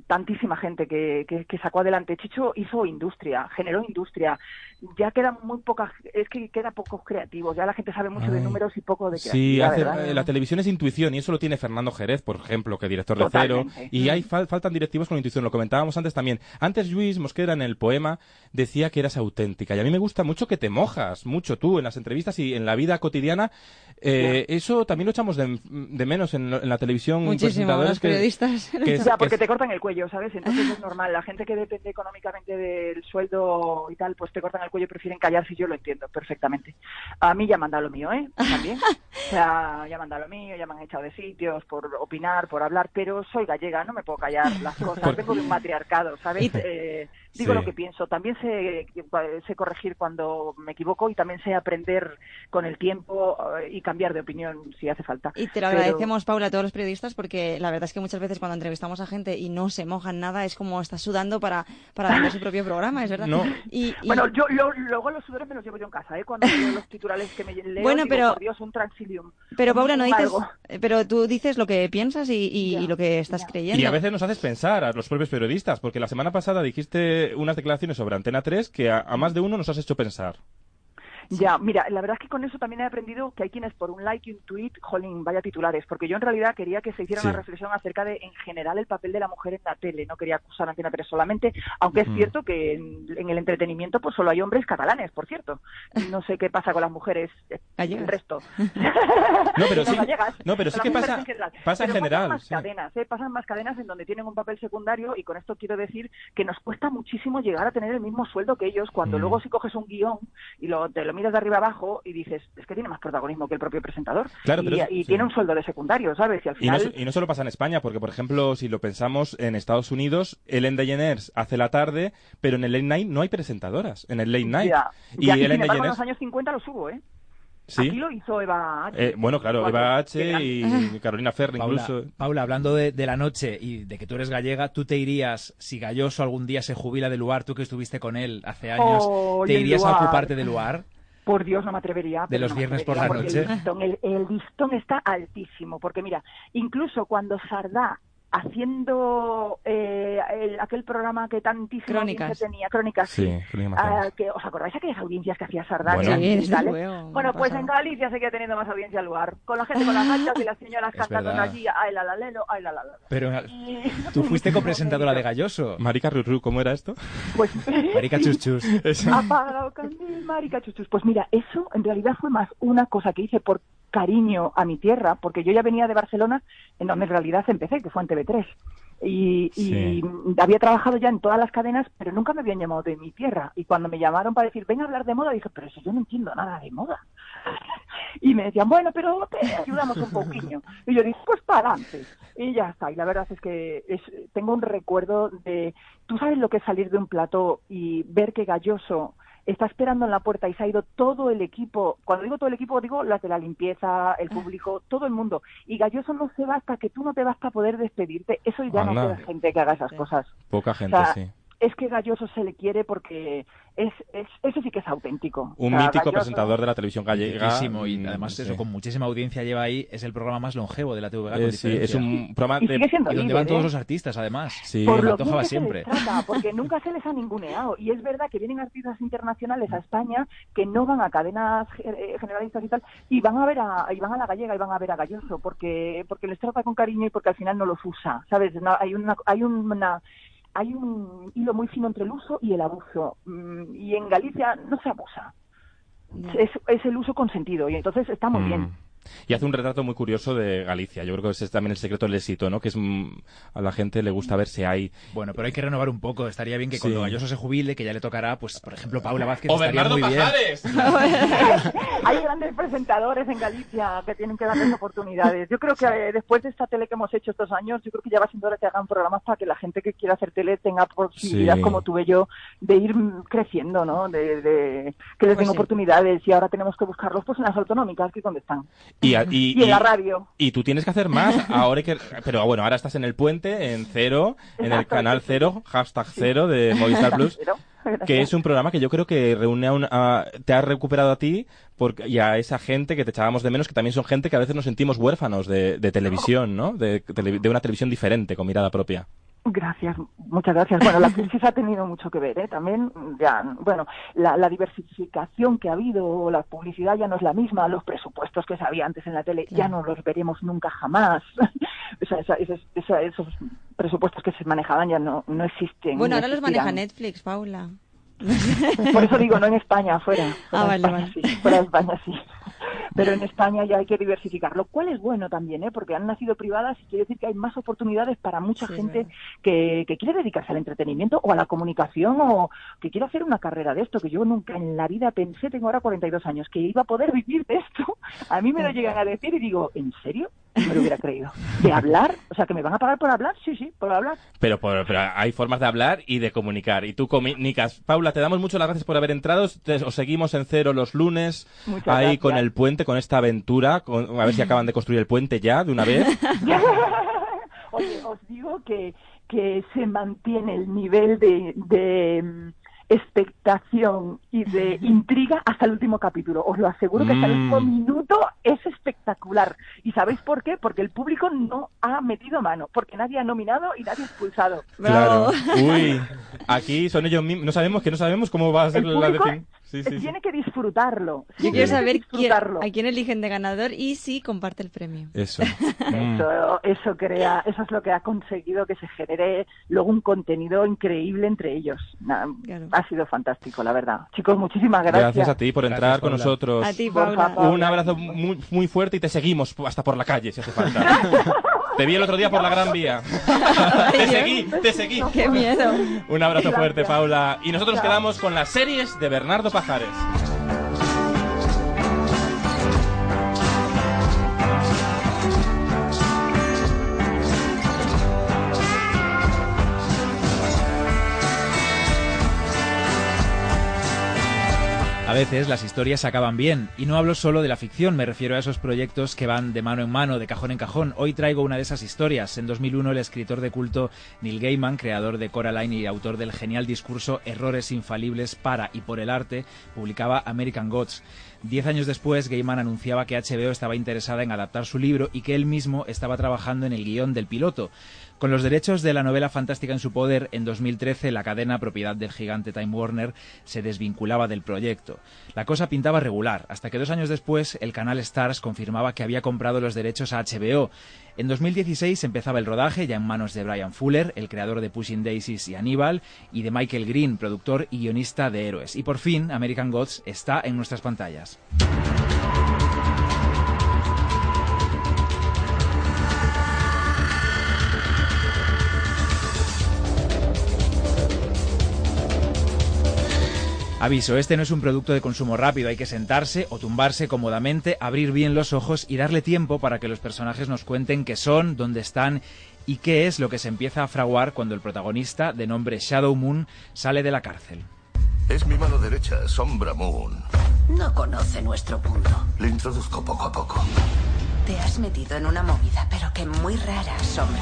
Speaker 9: tantísima gente que, que- que sacó adelante. Chicho hizo industria, generó industria. Ya quedan muy pocas, es que queda pocos creativos. Ya la gente sabe mucho de
Speaker 2: Ay.
Speaker 9: números y poco de
Speaker 2: Sí,
Speaker 9: creatividad.
Speaker 2: hace-
Speaker 9: ¿verdad?
Speaker 2: eh, la televisión es intuición y eso lo tiene Fernando Jerez, por ejemplo, que director de Cero.
Speaker 9: Totalmente.
Speaker 2: Y hay fal- faltan directivos con intuición, lo comentábamos antes también. Antes Luis Mosquera en el poema decía que eras auténtica y a mí me gusta mucho que te mojas, mucho tú en las entrevistas y en la vida cotidiana. Eh, Eso también lo echamos de, de menos en, lo- en la televisión.
Speaker 3: Muchísimo,
Speaker 2: presentadores
Speaker 3: los
Speaker 2: que-
Speaker 3: periodistas.
Speaker 2: que es-
Speaker 9: Ya,
Speaker 2: que
Speaker 9: porque
Speaker 2: es-
Speaker 9: te cortan el cuello, ¿sabes? Entonces es normal. La gente que depende económicamente del sueldo y tal, pues te cortan el cuello y prefieren callarse. y Yo lo entiendo perfectamente. A mí ya me han dado lo mío, ¿eh? También. O sea, ya me han dado lo mío, ya me han echado de sitios por opinar, por hablar, pero soy gallega, no me puedo callar las cosas.
Speaker 2: Por-
Speaker 9: Vengo de un matriarcado, ¿sabes? Eh, digo
Speaker 2: Sí.
Speaker 9: lo que pienso. También sé, eh, sé corregir cuando me equivoco y también sé aprender con el tiempo eh, y cambiar de opinión si hace falta.
Speaker 3: Y te
Speaker 9: Pero-
Speaker 3: lo agradecemos, Paula, a todos los periodistas, porque la verdad es que muchas veces cuando entrevistamos a gente y no se mojan nada, es como está sudando para, para vender su propio programa, es verdad.
Speaker 2: No.
Speaker 3: Y, y-
Speaker 9: Bueno, yo lo- luego los sudores me los llevo yo en casa, ¿eh? Cuando leo los titulares que me leo,
Speaker 3: Bueno,
Speaker 9: digo,
Speaker 3: pero-
Speaker 9: por Dios, un transilium.
Speaker 3: pero Paula, no
Speaker 9: Un
Speaker 3: dices,
Speaker 9: algo.
Speaker 3: pero tú dices lo que piensas y, y-
Speaker 9: Ya,
Speaker 3: y lo que estás
Speaker 9: ya.
Speaker 3: creyendo.
Speaker 2: Y a veces nos haces pensar a los propios periodistas, porque la semana pasada dijiste unas declaraciones sobre Antena 3 que a- a más de uno nos has hecho pensar.
Speaker 9: Ya, mira, la verdad es que con eso también he aprendido que hay quienes por un like y un tweet, jolín, vaya titulares, porque yo en realidad quería que se hiciera
Speaker 2: Sí.
Speaker 9: una reflexión acerca de, en general, el papel de la mujer en la tele. No quería acusar a Antena 3 solamente, aunque es
Speaker 2: Ujú.
Speaker 9: cierto que en, en el entretenimiento pues solo hay hombres catalanes, por cierto. No sé qué pasa con las mujeres, eh,
Speaker 3: Gallegas.
Speaker 9: el resto.
Speaker 2: No, pero
Speaker 9: No,
Speaker 2: sí,
Speaker 9: gallegas.
Speaker 2: no, pero sí
Speaker 9: Pero
Speaker 2: que
Speaker 9: las mujeres
Speaker 2: pasa, pasa en
Speaker 9: en general. Pero
Speaker 2: general.
Speaker 9: Pasan más
Speaker 2: sí.
Speaker 9: cadenas, ¿eh? pasan más cadenas en donde tienen un papel secundario y con esto quiero decir que nos cuesta muchísimo llegar a tener el mismo sueldo que ellos cuando
Speaker 2: Mm.
Speaker 9: luego si coges un guión y lo, te lo miras de arriba abajo y dices, es que tiene más protagonismo que el propio presentador
Speaker 2: Claro,
Speaker 9: y,
Speaker 2: pero eso-
Speaker 9: y
Speaker 2: sí.
Speaker 9: tiene un sueldo de secundario, ¿sabes? Y al
Speaker 2: Y no,
Speaker 9: final...
Speaker 2: so- y no solo pasa en España, porque por ejemplo, si lo pensamos en Estados Unidos, Ellen DeGeneres hace la tarde, pero en el late night no hay presentadoras. En el late night.
Speaker 9: ya.
Speaker 2: Y
Speaker 9: aquí,
Speaker 2: Ellen
Speaker 9: sin embargo, en
Speaker 2: DeGeneres.
Speaker 9: los años 50 lo subo, ¿eh? Aquí
Speaker 2: Sí.
Speaker 9: lo hizo Eva... H.
Speaker 2: Eh, bueno, claro,
Speaker 9: Cuando-
Speaker 2: Eva H.
Speaker 9: que gran-
Speaker 2: y Carolina Ferri,
Speaker 5: Paula,
Speaker 2: incluso.
Speaker 5: Paula, hablando de, de la noche y de que tú eres gallega, ¿tú te irías, si Galloso algún día se jubila de lugar, tú que estuviste con él hace años,
Speaker 9: Oh, y
Speaker 5: ¿te
Speaker 9: el
Speaker 5: irías a
Speaker 9: lugar.
Speaker 5: ocuparte de lugar?
Speaker 9: Por Dios, no me atrevería. pero
Speaker 5: los
Speaker 9: no me
Speaker 5: viernes por la
Speaker 9: atrevería, porque
Speaker 5: noche.
Speaker 9: El listón, el- el listón está altísimo, porque mira, incluso cuando Sardá haciendo eh, el- aquel programa que tantísimo
Speaker 3: Crónicas.
Speaker 9: audiencia tenía, Crónicas,
Speaker 2: Sí, Crónicas Marcianas.
Speaker 9: Ah, que, ¿Os acordáis aquellas audiencias que hacía Sardá?
Speaker 2: Bueno.
Speaker 9: en
Speaker 2: Sí,
Speaker 9: las
Speaker 3: desde
Speaker 9: capitales?
Speaker 3: luego,
Speaker 9: bueno
Speaker 3: una
Speaker 9: pues
Speaker 3: pasada.
Speaker 9: en Galicia seguía teniendo más audiencia el lugar, con la gente con las gachas y las señoras
Speaker 5: Es
Speaker 9: cantando
Speaker 5: verdad.
Speaker 9: allí, ay la la lelo, ay la la la.
Speaker 5: Pero ah,
Speaker 9: Y-
Speaker 5: tú fuiste copresentadora de Galloso.
Speaker 2: Marica Rurú, ¿cómo era esto?
Speaker 9: Pues
Speaker 5: Marica Chuchus.
Speaker 9: Apagado candil, marica, chuchus. Pues mira, eso en realidad fue más una cosa que hice por cariño a mi tierra, porque yo ya venía de Barcelona, en donde en realidad empecé, que fue en TV3. Y, y
Speaker 2: Sí.
Speaker 9: había trabajado ya en todas las cadenas, pero nunca me habían llamado de mi tierra. Y cuando me llamaron para decir, ven a hablar de moda, dije, pero si yo no entiendo nada de moda. Y me decían, bueno, pero te ayudamos un poquillo. Y yo dije, pues para adelante. Y ya está. Y la verdad es que es- tengo un recuerdo de, tú sabes lo que es salir de un plató y ver que Galloso está esperando en la puerta y se ha ido todo el equipo. Cuando digo todo el equipo, digo las de la limpieza,
Speaker 2: Ah.
Speaker 9: el público, todo el mundo. Y Galloso no se va hasta que tú no te vas para poder despedirte. Eso ya
Speaker 2: Anda.
Speaker 9: no queda gente que haga esas cosas.
Speaker 2: Poca gente,
Speaker 9: O sea,
Speaker 2: sí.
Speaker 9: es que Galloso se le quiere porque es, es- eso sí que es auténtico.
Speaker 2: Un
Speaker 9: O sea,
Speaker 2: mítico
Speaker 9: Galloso-
Speaker 2: presentador de la televisión gallega.
Speaker 5: Muchísimo, y
Speaker 2: mm,
Speaker 5: además
Speaker 2: sí.
Speaker 5: eso con muchísima audiencia lleva ahí, es el programa más longevo de la TVG. con
Speaker 2: Eh, sí, es
Speaker 5: diferencia.
Speaker 2: un programa
Speaker 9: Y sigue
Speaker 2: de...
Speaker 9: siendo
Speaker 5: Y donde
Speaker 9: líder,
Speaker 5: van
Speaker 9: ¿eh?
Speaker 5: todos los artistas, además.
Speaker 2: Sí.
Speaker 5: Me
Speaker 9: por lo
Speaker 5: antojaba
Speaker 9: bien que
Speaker 5: siempre.
Speaker 9: se les trata, porque nunca se les ha ninguneado. Y es verdad que vienen artistas internacionales a España que no van a cadenas eh, generalistas y tal, y van a ver a, y van a la gallega y van a ver a Galloso, porque, porque les trata con cariño y porque al final no los usa, ¿sabes? No, hay una, hay una hay un hilo muy fino entre el uso y el abuso. Mm, Y en Galicia no se abusa.
Speaker 3: Ya.
Speaker 9: Es, es el uso consentido y entonces está muy bien.
Speaker 2: Mm. Y hace un retrato muy curioso de Galicia. Yo creo que ese es también el secreto del éxito, ¿no? Que es mm, a la gente le gusta verse ahí.
Speaker 5: Bueno, pero hay que renovar un poco. Estaría bien que
Speaker 2: Sí.
Speaker 5: cuando Galloso se jubile, que ya le tocará, pues, por ejemplo, Paula Vázquez.
Speaker 2: ¡O
Speaker 5: estaría
Speaker 2: Bernardo
Speaker 5: muy bien.
Speaker 2: Pajares!
Speaker 9: Hay grandes presentadores en Galicia que tienen que darles oportunidades. Yo creo que eh, después de esta tele que hemos hecho estos años, yo creo que ya va siendo hora que hagan programas para que la gente que quiera hacer tele tenga posibilidad,
Speaker 2: Sí.
Speaker 9: como tuve yo, de ir mm, creciendo, ¿no? De, de- que les den
Speaker 3: Pues sí.
Speaker 9: oportunidades y ahora tenemos que buscarlos pues en las autonómicas, que es donde están.
Speaker 2: Y, a- y-
Speaker 9: Y en la
Speaker 2: y-
Speaker 9: radio.
Speaker 2: y tú tienes que hacer más ahora hay que... Pero ah, bueno, ahora estás en el puente, en cero, en el
Speaker 9: Exacto,
Speaker 2: canal
Speaker 9: sí, sí.
Speaker 2: cero, hashtag cero de Movistar Plus.
Speaker 9: Pero, gracias.
Speaker 2: Que es un programa que yo creo que reúne a, un- a- te ha recuperado a ti porque, y a esa gente que te echábamos de menos, que también son gente que a veces nos sentimos huérfanos de, de televisión, ¿no? De, tele- de una televisión diferente, con mirada propia.
Speaker 9: Gracias, muchas gracias. Bueno, la crisis ha tenido mucho que ver, ¿eh? También, ya, bueno, la, la diversificación que ha habido, la publicidad ya no es la misma, los presupuestos que se había antes en la tele ya no los veremos nunca jamás. o sea, esa- esos, esa- esos presupuestos que se manejaban ya no, no existen. ni
Speaker 3: Bueno, ahora los maneja
Speaker 9: existirán.
Speaker 3: Netflix, Paula.
Speaker 9: Por eso digo, no en España, fuera. fuera
Speaker 3: Ah,
Speaker 9: de
Speaker 3: vale,
Speaker 9: España,
Speaker 3: vale.
Speaker 9: Sí, fuera de España sí. Pero en España ya hay que diversificar, lo cual es bueno también, ¿eh? porque han nacido privadas y quiere decir que hay más oportunidades para mucha
Speaker 3: Sí, es
Speaker 9: gente
Speaker 3: verdad.
Speaker 9: que, que quiere dedicarse al entretenimiento o a la comunicación o que quiere hacer una carrera de esto, que yo nunca en la vida pensé, tengo ahora 42 años, que iba a poder vivir de esto. A mí me lo llegan a decir y digo, ¿en serio? No me lo hubiera creído. ¿De hablar? O sea, ¿que me van a pagar por hablar? Sí, sí, por hablar.
Speaker 2: Pero, por- pero hay formas de hablar y de comunicar. Y tú comunicas. Paula, te damos muchas las gracias por haber entrado. Te- os seguimos en cero los lunes.
Speaker 9: Muchas
Speaker 2: ahí
Speaker 9: gracias.
Speaker 2: con el puente, con esta aventura. con- a ver si acaban de construir el puente ya, de una vez.
Speaker 9: Oye, os digo que, que se mantiene el nivel de, de, mm, expectación y de intriga hasta el último capítulo. Os lo aseguro que hasta el último
Speaker 2: Mm.
Speaker 9: minuto es espectacular. ¿Y sabéis por qué? Porque el público no ha metido mano, porque nadie ha nominado y nadie ha expulsado.
Speaker 3: Bravo.
Speaker 2: Claro. Uy, aquí son ellos mismos. No sabemos que no sabemos cómo va a ser
Speaker 9: El
Speaker 2: la
Speaker 9: público
Speaker 2: definición. Sí, sí, sí.
Speaker 9: tiene que disfrutarlo.
Speaker 3: Yo
Speaker 9: Sí,
Speaker 3: quiero
Speaker 9: tiene que
Speaker 3: saber quién,
Speaker 9: disfrutarlo.
Speaker 3: a quién eligen de ganador y si comparte el premio.
Speaker 2: Eso. Mm.
Speaker 9: Eso, eso crea, eso es lo que ha conseguido que se genere luego un contenido increíble entre ellos. Nada,
Speaker 3: Claro.
Speaker 9: Ha sido fantástico, la verdad. Chicos, muchísimas gracias.
Speaker 2: Gracias a ti por
Speaker 5: Gracias,
Speaker 2: entrar con
Speaker 5: Paula.
Speaker 2: nosotros.
Speaker 3: A ti,
Speaker 9: Por
Speaker 3: Paula.
Speaker 9: favor.
Speaker 2: Un abrazo muy, muy fuerte y te seguimos hasta por la calle si hace falta. te vi el otro día por la Gran Vía. te seguí, te seguí.
Speaker 3: Qué miedo.
Speaker 2: Un abrazo
Speaker 9: Gracias.
Speaker 2: fuerte, Paula. Y nosotros nos
Speaker 9: Chao.
Speaker 2: quedamos con las series de Bernardo Pajares.
Speaker 5: A veces las historias acaban bien, y no hablo solo de la ficción, me refiero a esos proyectos que van de mano en mano, de cajón en cajón. Hoy traigo una de esas historias. En 2001 el escritor de culto Neil Gaiman, creador de Coraline y autor del genial discurso Errores infalibles para y por el arte, publicaba American Gods. Diez años después, Gaiman anunciaba que HBO estaba interesada en adaptar su libro y que él mismo estaba trabajando en el guión del piloto. Con los derechos de la novela fantástica en su poder, en 2013 la cadena propiedad del gigante Time Warner se desvinculaba del proyecto. La cosa pintaba regular, hasta que dos años después el canal Stars confirmaba que había comprado los derechos a HBO. En 2016 empezaba el rodaje, ya en manos de Brian Fuller, el creador de Pushing Daisies y Aníbal, y de Michael Green, productor y guionista de Héroes. Y por fin, American Gods está en nuestras pantallas. Aviso, este no es un producto de consumo rápido, hay que sentarse o tumbarse cómodamente, abrir bien los ojos y darle tiempo para que los personajes nos cuenten qué son, dónde están y qué es lo que se empieza a fraguar cuando el protagonista, de nombre Shadow Moon, sale de la cárcel.
Speaker 10: Es mi mano derecha, Sombra Moon.
Speaker 7: No conoce nuestro punto.
Speaker 10: Le introduzco poco a poco.
Speaker 11: Te has metido en una movida, pero que muy rara, Sombra.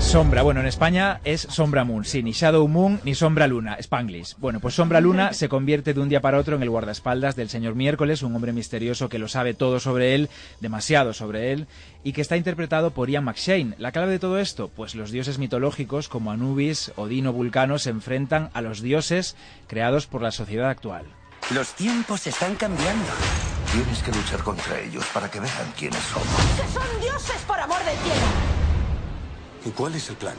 Speaker 5: Sombra, bueno, en España es Sombra Moon, sí, ni Shadow Moon ni Sombra Luna, Spanglish. Bueno, pues Sombra Luna se convierte de un día para otro en el guardaespaldas del señor Miércoles, un hombre misterioso que lo sabe todo sobre él, demasiado sobre él, y que está interpretado por Ian McShane. ¿La clave de todo esto? Pues los dioses mitológicos como Anubis, Odín o Vulcano se enfrentan a los dioses creados por la sociedad actual.
Speaker 10: Los tiempos están cambiando. Tienes que luchar contra ellos para que vean quiénes somos.
Speaker 7: ¡Que son dioses, por amor del cielo!
Speaker 10: ¿Y cuál es el plan?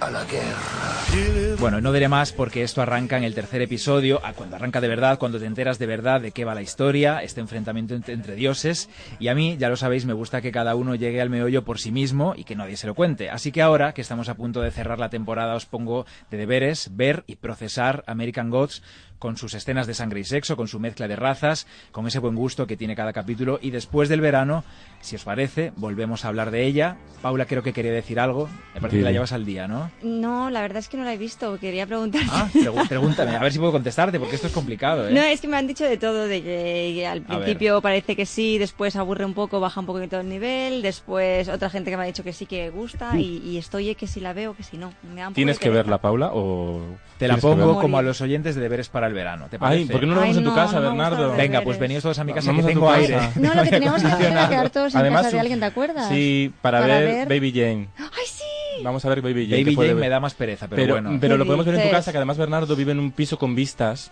Speaker 10: A la guerra.
Speaker 5: Bueno, no diré más porque esto arranca en el tercer episodio, a cuando arranca de verdad, cuando te enteras de verdad de qué va la historia, este enfrentamiento ent- entre dioses. Y a mí, ya lo sabéis, me gusta que cada uno llegue al meollo por sí mismo y que nadie se lo cuente. Así que ahora que estamos a punto de cerrar la temporada, os pongo de deberes ver y procesar American Gods con sus escenas de sangre y sexo, con su mezcla de razas, con ese buen gusto que tiene cada capítulo. Y después del verano, si os parece, volvemos a hablar de ella. Paula creo que quería decir algo. Me parece que la
Speaker 2: Dime.
Speaker 5: llevas al día, ¿no?
Speaker 3: No, la verdad es que no la he visto. Quería preguntar.
Speaker 5: Ah, pregu- pregúntame, a ver si puedo contestarte, porque esto es complicado, ¿eh?
Speaker 3: No, es que me han dicho de todo, de que que al
Speaker 5: ver.
Speaker 3: principio parece que sí, después aburre un poco, baja un poquito el nivel, después otra gente que me ha dicho que sí que gusta y, y estoy eh, que si la veo, que si no. Me da un poco
Speaker 2: ¿Tienes
Speaker 3: de
Speaker 2: que
Speaker 3: pereza.
Speaker 2: verla, Paula, o...?
Speaker 5: Te la
Speaker 2: tienes que verla?
Speaker 5: pongo como a los oyentes de deberes para el verano, ¿te
Speaker 2: Ay,
Speaker 5: parece?
Speaker 2: ¿por qué no lo
Speaker 3: Ay,
Speaker 2: vemos en tu
Speaker 3: no,
Speaker 2: casa,
Speaker 3: no me gustan
Speaker 2: Bernardo?
Speaker 3: los
Speaker 5: Venga,
Speaker 3: deberes.
Speaker 5: pues venidos todos a mi casa
Speaker 2: Vamos
Speaker 5: que
Speaker 2: a tu
Speaker 5: tengo
Speaker 2: casa.
Speaker 5: aire.
Speaker 2: No,
Speaker 11: No, lo que teníamos que hacer era
Speaker 2: Funcionando.
Speaker 11: quedar todos en
Speaker 2: Además,
Speaker 11: casa de
Speaker 2: un-
Speaker 11: alguien, ¿te acuerdas?
Speaker 2: Sí, para,
Speaker 11: Para
Speaker 2: ver,
Speaker 11: ver-
Speaker 2: Baby Jane.
Speaker 11: ¡Ay, sí!
Speaker 2: Vamos a ver Baby Jane. que
Speaker 5: Baby
Speaker 2: puede
Speaker 5: Jane
Speaker 2: ver.
Speaker 5: me da más pereza, pero,
Speaker 2: Pero,
Speaker 5: bueno.
Speaker 2: pero
Speaker 3: ¿Qué
Speaker 2: lo podemos ver en tu
Speaker 3: dices?
Speaker 2: casa, que además Bernardo vive en un piso con vistas.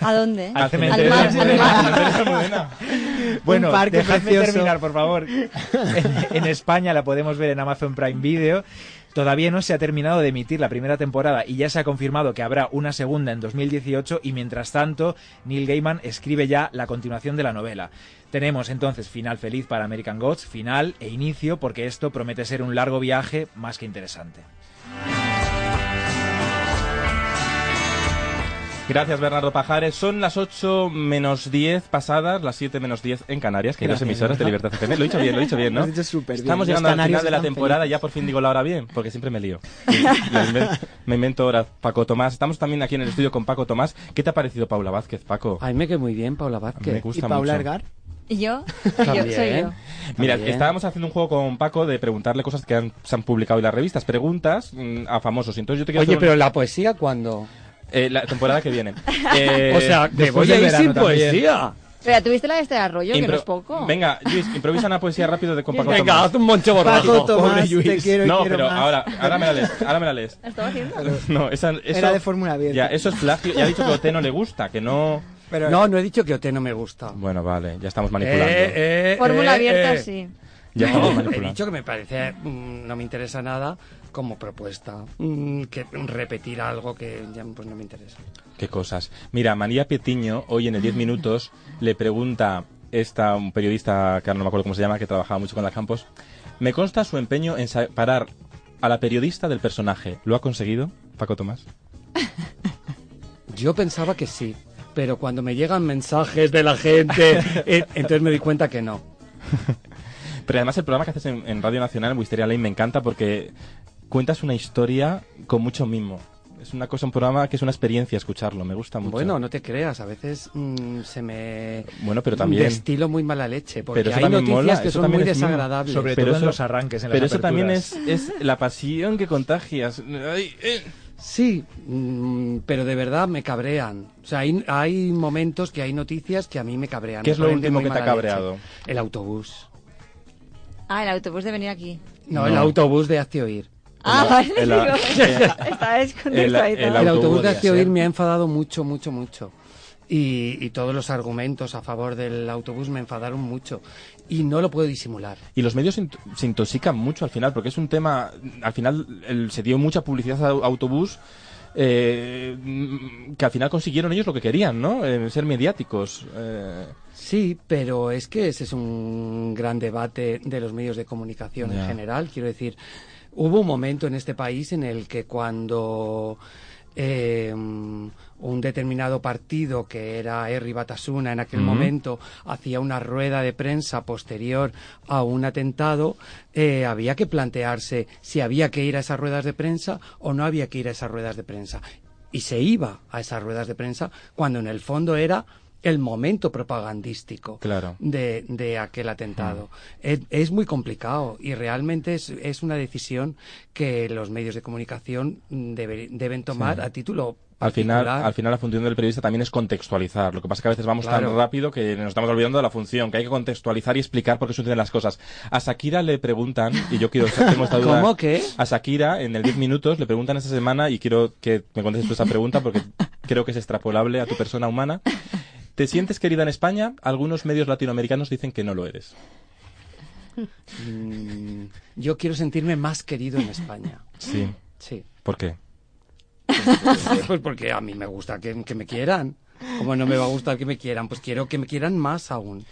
Speaker 3: ¿A dónde?
Speaker 5: Al
Speaker 3: Al
Speaker 5: cementerio
Speaker 3: mar,
Speaker 5: de
Speaker 3: al
Speaker 5: Almudena.
Speaker 3: mar.
Speaker 5: Bueno,
Speaker 4: Un parque
Speaker 5: dejadme
Speaker 4: precioso.
Speaker 5: terminar, por favor. En, en España la podemos ver en Amazon Prime Video. Todavía no se ha terminado de emitir la primera temporada y ya se ha confirmado que habrá una segunda en 2018 y mientras tanto Neil Gaiman escribe ya la continuación de la novela. Tenemos entonces final feliz para American Gods, final e inicio porque esto promete ser un largo viaje más que interesante.
Speaker 2: Gracias, Bernardo Pajares. Son las 8 menos 10 pasadas, las 7 menos 10 en Canarias, queridos
Speaker 4: Gracias,
Speaker 2: emisoras de
Speaker 4: Bernardo.
Speaker 2: Libertad FM. Lo he dicho bien, lo he dicho bien, ¿no?
Speaker 4: Lo has dicho súper bien.
Speaker 2: Estamos
Speaker 4: Los
Speaker 2: llegando al
Speaker 4: canarios
Speaker 2: final de la
Speaker 4: están
Speaker 2: temporada,
Speaker 4: felices.
Speaker 2: ya por fin digo la hora bien, porque siempre me lío. Me inven- me invento horas. Paco Tomás, estamos también aquí en el estudio con Paco Tomás. ¿Qué te ha parecido Paula Vázquez, Paco?
Speaker 6: Ay, me quedé muy bien, Paula
Speaker 2: me
Speaker 6: Vázquez.
Speaker 4: ¿Y
Speaker 2: gusta
Speaker 4: Paula
Speaker 2: mucho.
Speaker 4: Argar?
Speaker 3: ¿Y yo? yo
Speaker 6: También.
Speaker 3: soy yo.
Speaker 2: Mira,
Speaker 6: También.
Speaker 2: estábamos haciendo un juego con Paco de preguntarle cosas que han- se han publicado en las revistas, preguntas mm, a famosos. Entonces yo te quiero
Speaker 6: Oye,
Speaker 2: hacer
Speaker 6: pero
Speaker 2: un-
Speaker 6: la poesía, ¿cuándo?
Speaker 2: eh, la temporada que viene. Eh,
Speaker 6: o sea, me
Speaker 5: después
Speaker 6: voy a
Speaker 5: del
Speaker 6: ir
Speaker 5: verano
Speaker 6: sin
Speaker 5: también.
Speaker 6: poesía.
Speaker 3: Pero tuviste la de este arroyo, que no
Speaker 2: impro-
Speaker 3: es poco.
Speaker 2: Venga, Luis, improvisa una poesía rápido de con Paco
Speaker 6: Venga,
Speaker 2: Tomás.
Speaker 6: haz un moncho
Speaker 4: Paco
Speaker 6: borracho.
Speaker 4: Tomás,
Speaker 2: Luis.
Speaker 4: te quiero y
Speaker 2: no,
Speaker 4: quiero
Speaker 2: pero
Speaker 4: más.
Speaker 2: ahora, ahora me la lees, ahora me la lees.
Speaker 3: ¿Lo estaba haciendo?
Speaker 2: No, esa, eso,
Speaker 4: Era de fórmula abierta.
Speaker 2: Ya, eso es plagio. Ya ha dicho que a Ote no le gusta, que no.
Speaker 4: Pero
Speaker 6: No, no he dicho que OT no me gusta.
Speaker 2: Bueno, vale, ya estamos
Speaker 6: Eh,
Speaker 2: manipulando.
Speaker 6: eh,
Speaker 3: Fórmula
Speaker 6: eh,
Speaker 3: abierta,
Speaker 6: eh.
Speaker 3: sí.
Speaker 2: Ya
Speaker 6: No,
Speaker 2: estamos
Speaker 6: he
Speaker 2: manipulando.
Speaker 6: dicho que me parece, mm, no me interesa nada como propuesta. Mm, que repetir algo que ya pues no me interesa.
Speaker 2: Qué cosas. Mira, María Petiño, hoy en el 10 minutos, le pregunta esta un periodista, que ahora no me acuerdo cómo se llama, que trabajaba mucho con la Campos. Me consta su empeño en separar a la periodista del personaje. ¿Lo ha conseguido, Paco Tomás?
Speaker 6: Yo pensaba que sí, pero cuando me llegan mensajes de la gente, eh, entonces me di cuenta que no.
Speaker 2: Pero además el programa que haces en, en Radio Nacional, en Wisteria Lane, me encanta porque cuentas una historia con mucho mimo. Es una cosa, un programa que es una experiencia escucharlo. Me gusta mucho.
Speaker 6: Bueno, no te creas, a veces mm, se me
Speaker 2: Bueno, pero también-
Speaker 6: destilo muy mala leche, porque
Speaker 2: Pero eso
Speaker 6: hay
Speaker 2: también
Speaker 6: noticias
Speaker 2: mola,
Speaker 6: que
Speaker 2: eso
Speaker 6: son muy
Speaker 2: también es mimo.
Speaker 6: desagradables.
Speaker 5: Sobre
Speaker 2: Pero
Speaker 5: todo
Speaker 2: eso-
Speaker 5: en los arranques, en las
Speaker 2: Pero eso también
Speaker 5: aperturas.
Speaker 2: es, es la pasión que contagias. Ay, eh.
Speaker 6: Sí, mm, pero de verdad me cabrean. O sea, hay, hay momentos que hay noticias que a mí me cabrean.
Speaker 2: ¿Qué
Speaker 6: me
Speaker 2: es lo
Speaker 6: ponen de
Speaker 2: último
Speaker 6: muy
Speaker 2: que te ha
Speaker 6: mala leche.
Speaker 2: cabreado?
Speaker 6: El autobús.
Speaker 3: Ah, el autobús de venir aquí.
Speaker 6: No,
Speaker 2: No.
Speaker 6: el autobús de Hazte Oír.
Speaker 3: Ah, vale,
Speaker 2: el-
Speaker 3: digo,
Speaker 2: el-
Speaker 3: está
Speaker 2: el
Speaker 3: descontextualizado.
Speaker 6: El
Speaker 2: autobús
Speaker 6: autobús de
Speaker 2: de
Speaker 6: Hazte
Speaker 2: Acer.
Speaker 6: Oír me ha enfadado mucho, mucho, mucho. Y, y todos los argumentos a favor del autobús me enfadaron mucho. Y no lo puedo disimular.
Speaker 2: Y los medios int- se intoxican mucho al final, porque es un tema. Al final el- se dio mucha publicidad a autobús. eh, mm, que al final consiguieron ellos lo que querían, ¿no? Eh, ser mediáticos. eh.
Speaker 6: Sí, pero es que ese es un gran debate de los medios de comunicación en general. Quiero decir, hubo un momento en este país en el que cuando eh, un determinado partido, que era Herri Batasuna en aquel momento, hacía una rueda de prensa posterior a un atentado, eh, había que plantearse si había que ir a esas ruedas de prensa o no había que ir a esas ruedas de prensa. Y se iba a esas ruedas de prensa cuando en el fondo era el momento propagandístico
Speaker 2: Claro.
Speaker 6: de, de aquel atentado. Es, es muy complicado y realmente es, es una decisión que los medios de comunicación debe- deben tomar
Speaker 2: Sí.
Speaker 6: a título
Speaker 2: Al final,
Speaker 6: particular.
Speaker 2: al final la función del periodista también es contextualizar. Lo que pasa es que a veces vamos tan
Speaker 6: Claro.
Speaker 2: rápido que nos estamos olvidando de la función, que hay que contextualizar y explicar por qué suceden las cosas. A Shakira le preguntan, y yo quiero, tengo esta duda.
Speaker 6: ¿Cómo que?
Speaker 2: A Shakira, en el 10 minutos, le preguntan esta semana, y quiero que me contestes tú esta pregunta porque creo que es extrapolable a tu persona humana. ¿Te sientes querida en España? Algunos medios latinoamericanos dicen que no lo eres.
Speaker 6: Mm, yo quiero sentirme más querido en España.
Speaker 2: Sí.
Speaker 6: Sí.
Speaker 2: ¿Por qué?
Speaker 6: Pues porque a mí me gusta que, que me quieran. Como no me va a gustar que me quieran, pues quiero que me quieran más aún.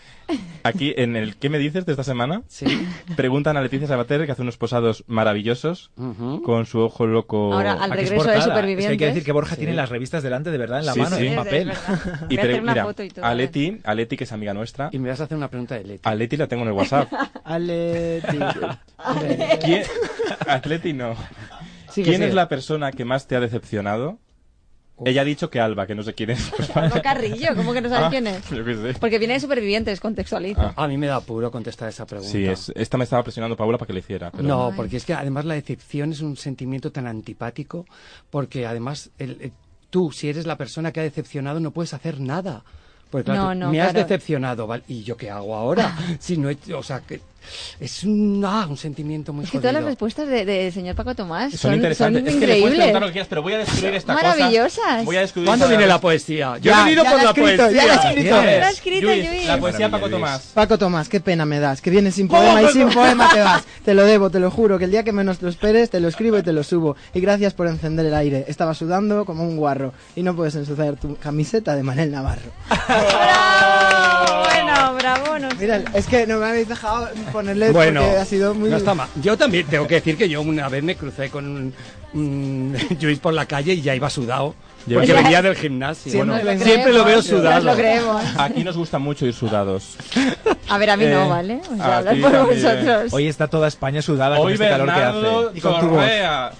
Speaker 2: Aquí, en el ¿Qué me dices de esta semana?
Speaker 6: Sí.
Speaker 2: Preguntan a Leticia Sabater que hace unos posados maravillosos con su ojo loco.
Speaker 3: Ahora, al
Speaker 5: Ah, que es
Speaker 3: regreso
Speaker 5: portada.
Speaker 3: de
Speaker 5: Es que hay que
Speaker 3: Supervivientes.
Speaker 5: decir que Borja
Speaker 6: Sí.
Speaker 5: tiene las revistas delante de verdad en la
Speaker 2: Sí,
Speaker 5: mano,
Speaker 2: sí.
Speaker 5: en
Speaker 2: Es
Speaker 5: papel.
Speaker 3: Voy a
Speaker 2: pre-
Speaker 3: hacer una
Speaker 2: mira,
Speaker 3: foto y todo.
Speaker 2: a Leti, a Leti, que es amiga nuestra,
Speaker 6: Y me vas a hacer una pregunta de Leti.
Speaker 2: a Leti la tengo en el WhatsApp.
Speaker 4: Ale, ti-
Speaker 2: ¿Quién? Atleti no.
Speaker 6: Sigue,
Speaker 2: ¿Quién
Speaker 6: sigue.
Speaker 2: es la persona que más te ha decepcionado? Ella ha dicho que Alba, que no sé quién es. Pues, vale.
Speaker 3: No, Carrillo, ¿cómo que no sabes
Speaker 2: Ah,
Speaker 3: quién es?
Speaker 2: Yo qué sé.
Speaker 3: Porque viene de Supervivientes, contextualiza.
Speaker 2: Ah.
Speaker 6: A mí me da apuro contestar esa pregunta.
Speaker 2: Sí, es, esta me estaba presionando Paula para que la hiciera. pero-
Speaker 6: No, porque es que además la decepción es un sentimiento tan antipático, porque además el- eh, tú, si eres la persona que ha decepcionado, no puedes hacer nada. Porque claro,
Speaker 3: No,
Speaker 6: tú,
Speaker 3: no,
Speaker 6: me has
Speaker 3: claro.
Speaker 6: decepcionado, ¿vale? ¿Y yo qué hago ahora? si no, he- o sea, que es un, ah, un sentimiento muy
Speaker 3: Es que todas las
Speaker 6: jodido.
Speaker 3: respuestas del de, señor Paco
Speaker 2: Son,
Speaker 3: Tomás son, son
Speaker 2: interesantes. es que le puedes
Speaker 3: increíbles.
Speaker 2: preguntar lo que quieras, pero voy a descubrir esta cosa.
Speaker 3: Maravillosas.
Speaker 2: Voy a descubrir
Speaker 6: ¿Cuándo
Speaker 2: esta-
Speaker 6: viene la poesía? Yo
Speaker 4: Ya,
Speaker 6: he venido
Speaker 4: ya
Speaker 6: por
Speaker 4: la
Speaker 6: la,
Speaker 4: he escrito,
Speaker 6: poesía.
Speaker 4: ya la he escrito.
Speaker 6: Bien.
Speaker 3: Está escrita,
Speaker 2: Luis,
Speaker 3: Luis.
Speaker 2: La poesía
Speaker 1: Maravilla,
Speaker 2: Paco
Speaker 1: Luis.
Speaker 2: Tomás.
Speaker 4: Paco Tomás, qué pena me das, que vienes sin
Speaker 6: ¿Cómo,
Speaker 4: poema y
Speaker 6: Paco?
Speaker 4: sin poema te vas. Te lo debo, te lo juro, que el día que menos lo esperes te lo escribo y te lo subo. Y gracias por encender el aire. Estaba sudando como un guarro y no puedes ensuciar tu camiseta de Manel Navarro.
Speaker 3: ¡Bravo! Bueno, bravo, no sé.
Speaker 4: Mira, es que no me habéis dejado ponerle
Speaker 6: Bueno,
Speaker 4: porque ha sido muy
Speaker 6: no está mal. Yo también tengo que decir que yo una vez me crucé con un, un Luis por la calle y ya iba sudado.
Speaker 2: Llevas-
Speaker 6: Porque venía del gimnasio.
Speaker 4: Siempre
Speaker 6: Bueno,
Speaker 4: lo creemos,
Speaker 6: siempre lo veo
Speaker 3: nos
Speaker 6: sudado.
Speaker 3: lo creemos.
Speaker 2: Aquí nos gusta mucho ir sudados.
Speaker 3: A ver, a mí
Speaker 2: Eh,
Speaker 3: no, ¿vale? O
Speaker 2: a
Speaker 3: sea, hablas
Speaker 2: ti
Speaker 3: por
Speaker 2: también.
Speaker 3: vosotros.
Speaker 5: Hoy está toda España sudada con
Speaker 2: Hoy
Speaker 5: este calor que
Speaker 2: Bernardo
Speaker 5: hace.
Speaker 4: Ah,
Speaker 2: Correa.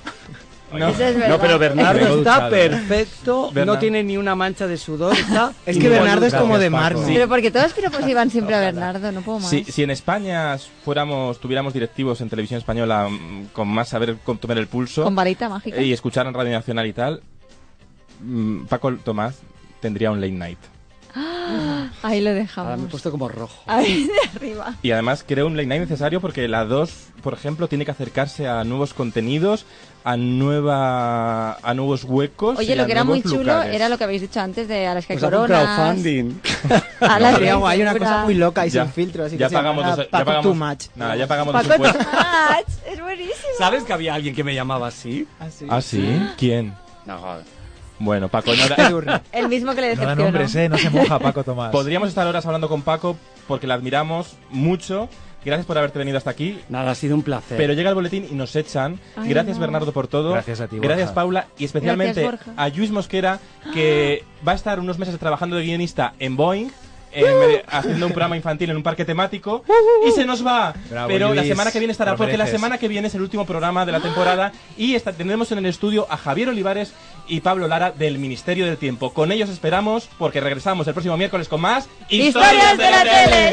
Speaker 2: No.
Speaker 3: Eso es
Speaker 6: No,
Speaker 3: verdad.
Speaker 6: pero Bernardo
Speaker 5: Luego
Speaker 6: está
Speaker 5: duchado.
Speaker 6: perfecto,
Speaker 2: Bernardo.
Speaker 6: no tiene ni una mancha de sudor, está
Speaker 4: Es que Bernardo es como de
Speaker 5: Gracias,
Speaker 4: mar,
Speaker 5: Paco.
Speaker 4: ¿no?
Speaker 3: Pero porque todos piropos iban siempre a Bernardo, no puedo más.
Speaker 2: Si, si en España fuéramos, tuviéramos directivos en televisión española mm, con más saber con tomar el pulso
Speaker 3: Con varita mágica.
Speaker 2: y escucharan Radio Nacional y tal, mm, Paco Tomás tendría un late night.
Speaker 3: Ahí
Speaker 6: Ahora me
Speaker 3: lo
Speaker 6: he
Speaker 3: dejamos.
Speaker 6: puesto como rojo.
Speaker 3: Ahí de arriba.
Speaker 2: Y además creo un late night necesario porque la 2, por ejemplo, tiene que acercarse a nuevos contenidos, a nueva a nuevos huecos.
Speaker 3: Oye,
Speaker 2: y
Speaker 3: lo
Speaker 2: a
Speaker 3: que era muy
Speaker 2: nuevos
Speaker 3: chulo
Speaker 2: lugares.
Speaker 3: era lo que habéis dicho antes de a las que
Speaker 6: Pues
Speaker 3: hay
Speaker 6: hago un
Speaker 3: coronas, Ah,
Speaker 6: crowdfunding.
Speaker 3: a las que
Speaker 4: Sería guay, hay una
Speaker 3: cultura.
Speaker 4: cosa muy loca y
Speaker 2: Ya-
Speaker 4: sin filtro, así
Speaker 2: ya
Speaker 4: que se
Speaker 2: pagamos
Speaker 4: llamará
Speaker 2: dos- ya
Speaker 4: Paco
Speaker 2: pagamos-
Speaker 4: Too Much.
Speaker 2: Nada, ya pagamos dos
Speaker 3: Paco
Speaker 2: impuestos.
Speaker 3: Tomás, es buenísimo.
Speaker 6: ¿Sabes que había alguien que me llamaba así?
Speaker 2: ¿Ah, sí? ¿Quién? Bueno, Paco, no
Speaker 4: Qué
Speaker 2: era-
Speaker 4: burro.
Speaker 3: El mismo que le
Speaker 5: No da
Speaker 3: decepcionó.
Speaker 5: nombres, ¿eh? No se moja Paco Tomás.
Speaker 2: podríamos estar horas hablando con Paco porque la admiramos mucho. Gracias por haberte venido hasta aquí.
Speaker 6: Nada, ha sido un placer.
Speaker 2: Pero llega el boletín y nos echan.
Speaker 3: Ay,
Speaker 2: gracias
Speaker 3: no.
Speaker 2: Bernardo por todo.
Speaker 5: Gracias a ti, Borja.
Speaker 2: Gracias Paula y especialmente
Speaker 3: Gracias, Borja. Ah.
Speaker 2: a Luis Mosquera que va a estar unos meses trabajando de guionista en Boeing.
Speaker 3: Uh.
Speaker 2: en medio- haciendo un programa infantil en un parque temático y se nos va
Speaker 5: Bravo,
Speaker 2: pero la
Speaker 5: Luis,
Speaker 2: semana que viene estará
Speaker 5: lo
Speaker 2: porque la
Speaker 5: mereces.
Speaker 2: semana que viene es el último programa de
Speaker 3: Ah.
Speaker 2: la temporada y está- tendremos en el estudio a Javier Olivares y Pablo Lara del Ministerio del Tiempo con ellos esperamos porque regresamos el próximo miércoles con más
Speaker 3: Historias de la tele.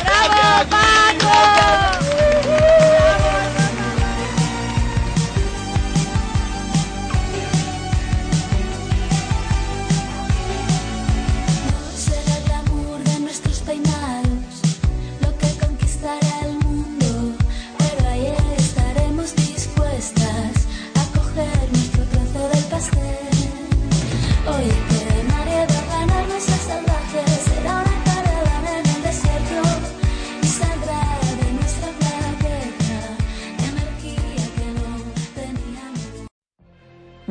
Speaker 3: ¡Bravo, Paco!
Speaker 8: Será el glamour de nuestros peinados lo que conquistará el mundo, pero ayer estaremos dispuestas a coger nuestro trozo del pastel. Hoy que María va a ganarnos a salvajes, será una caravana en el desierto y saldrá de nuestra plaqueta de anarquía que no teníamos.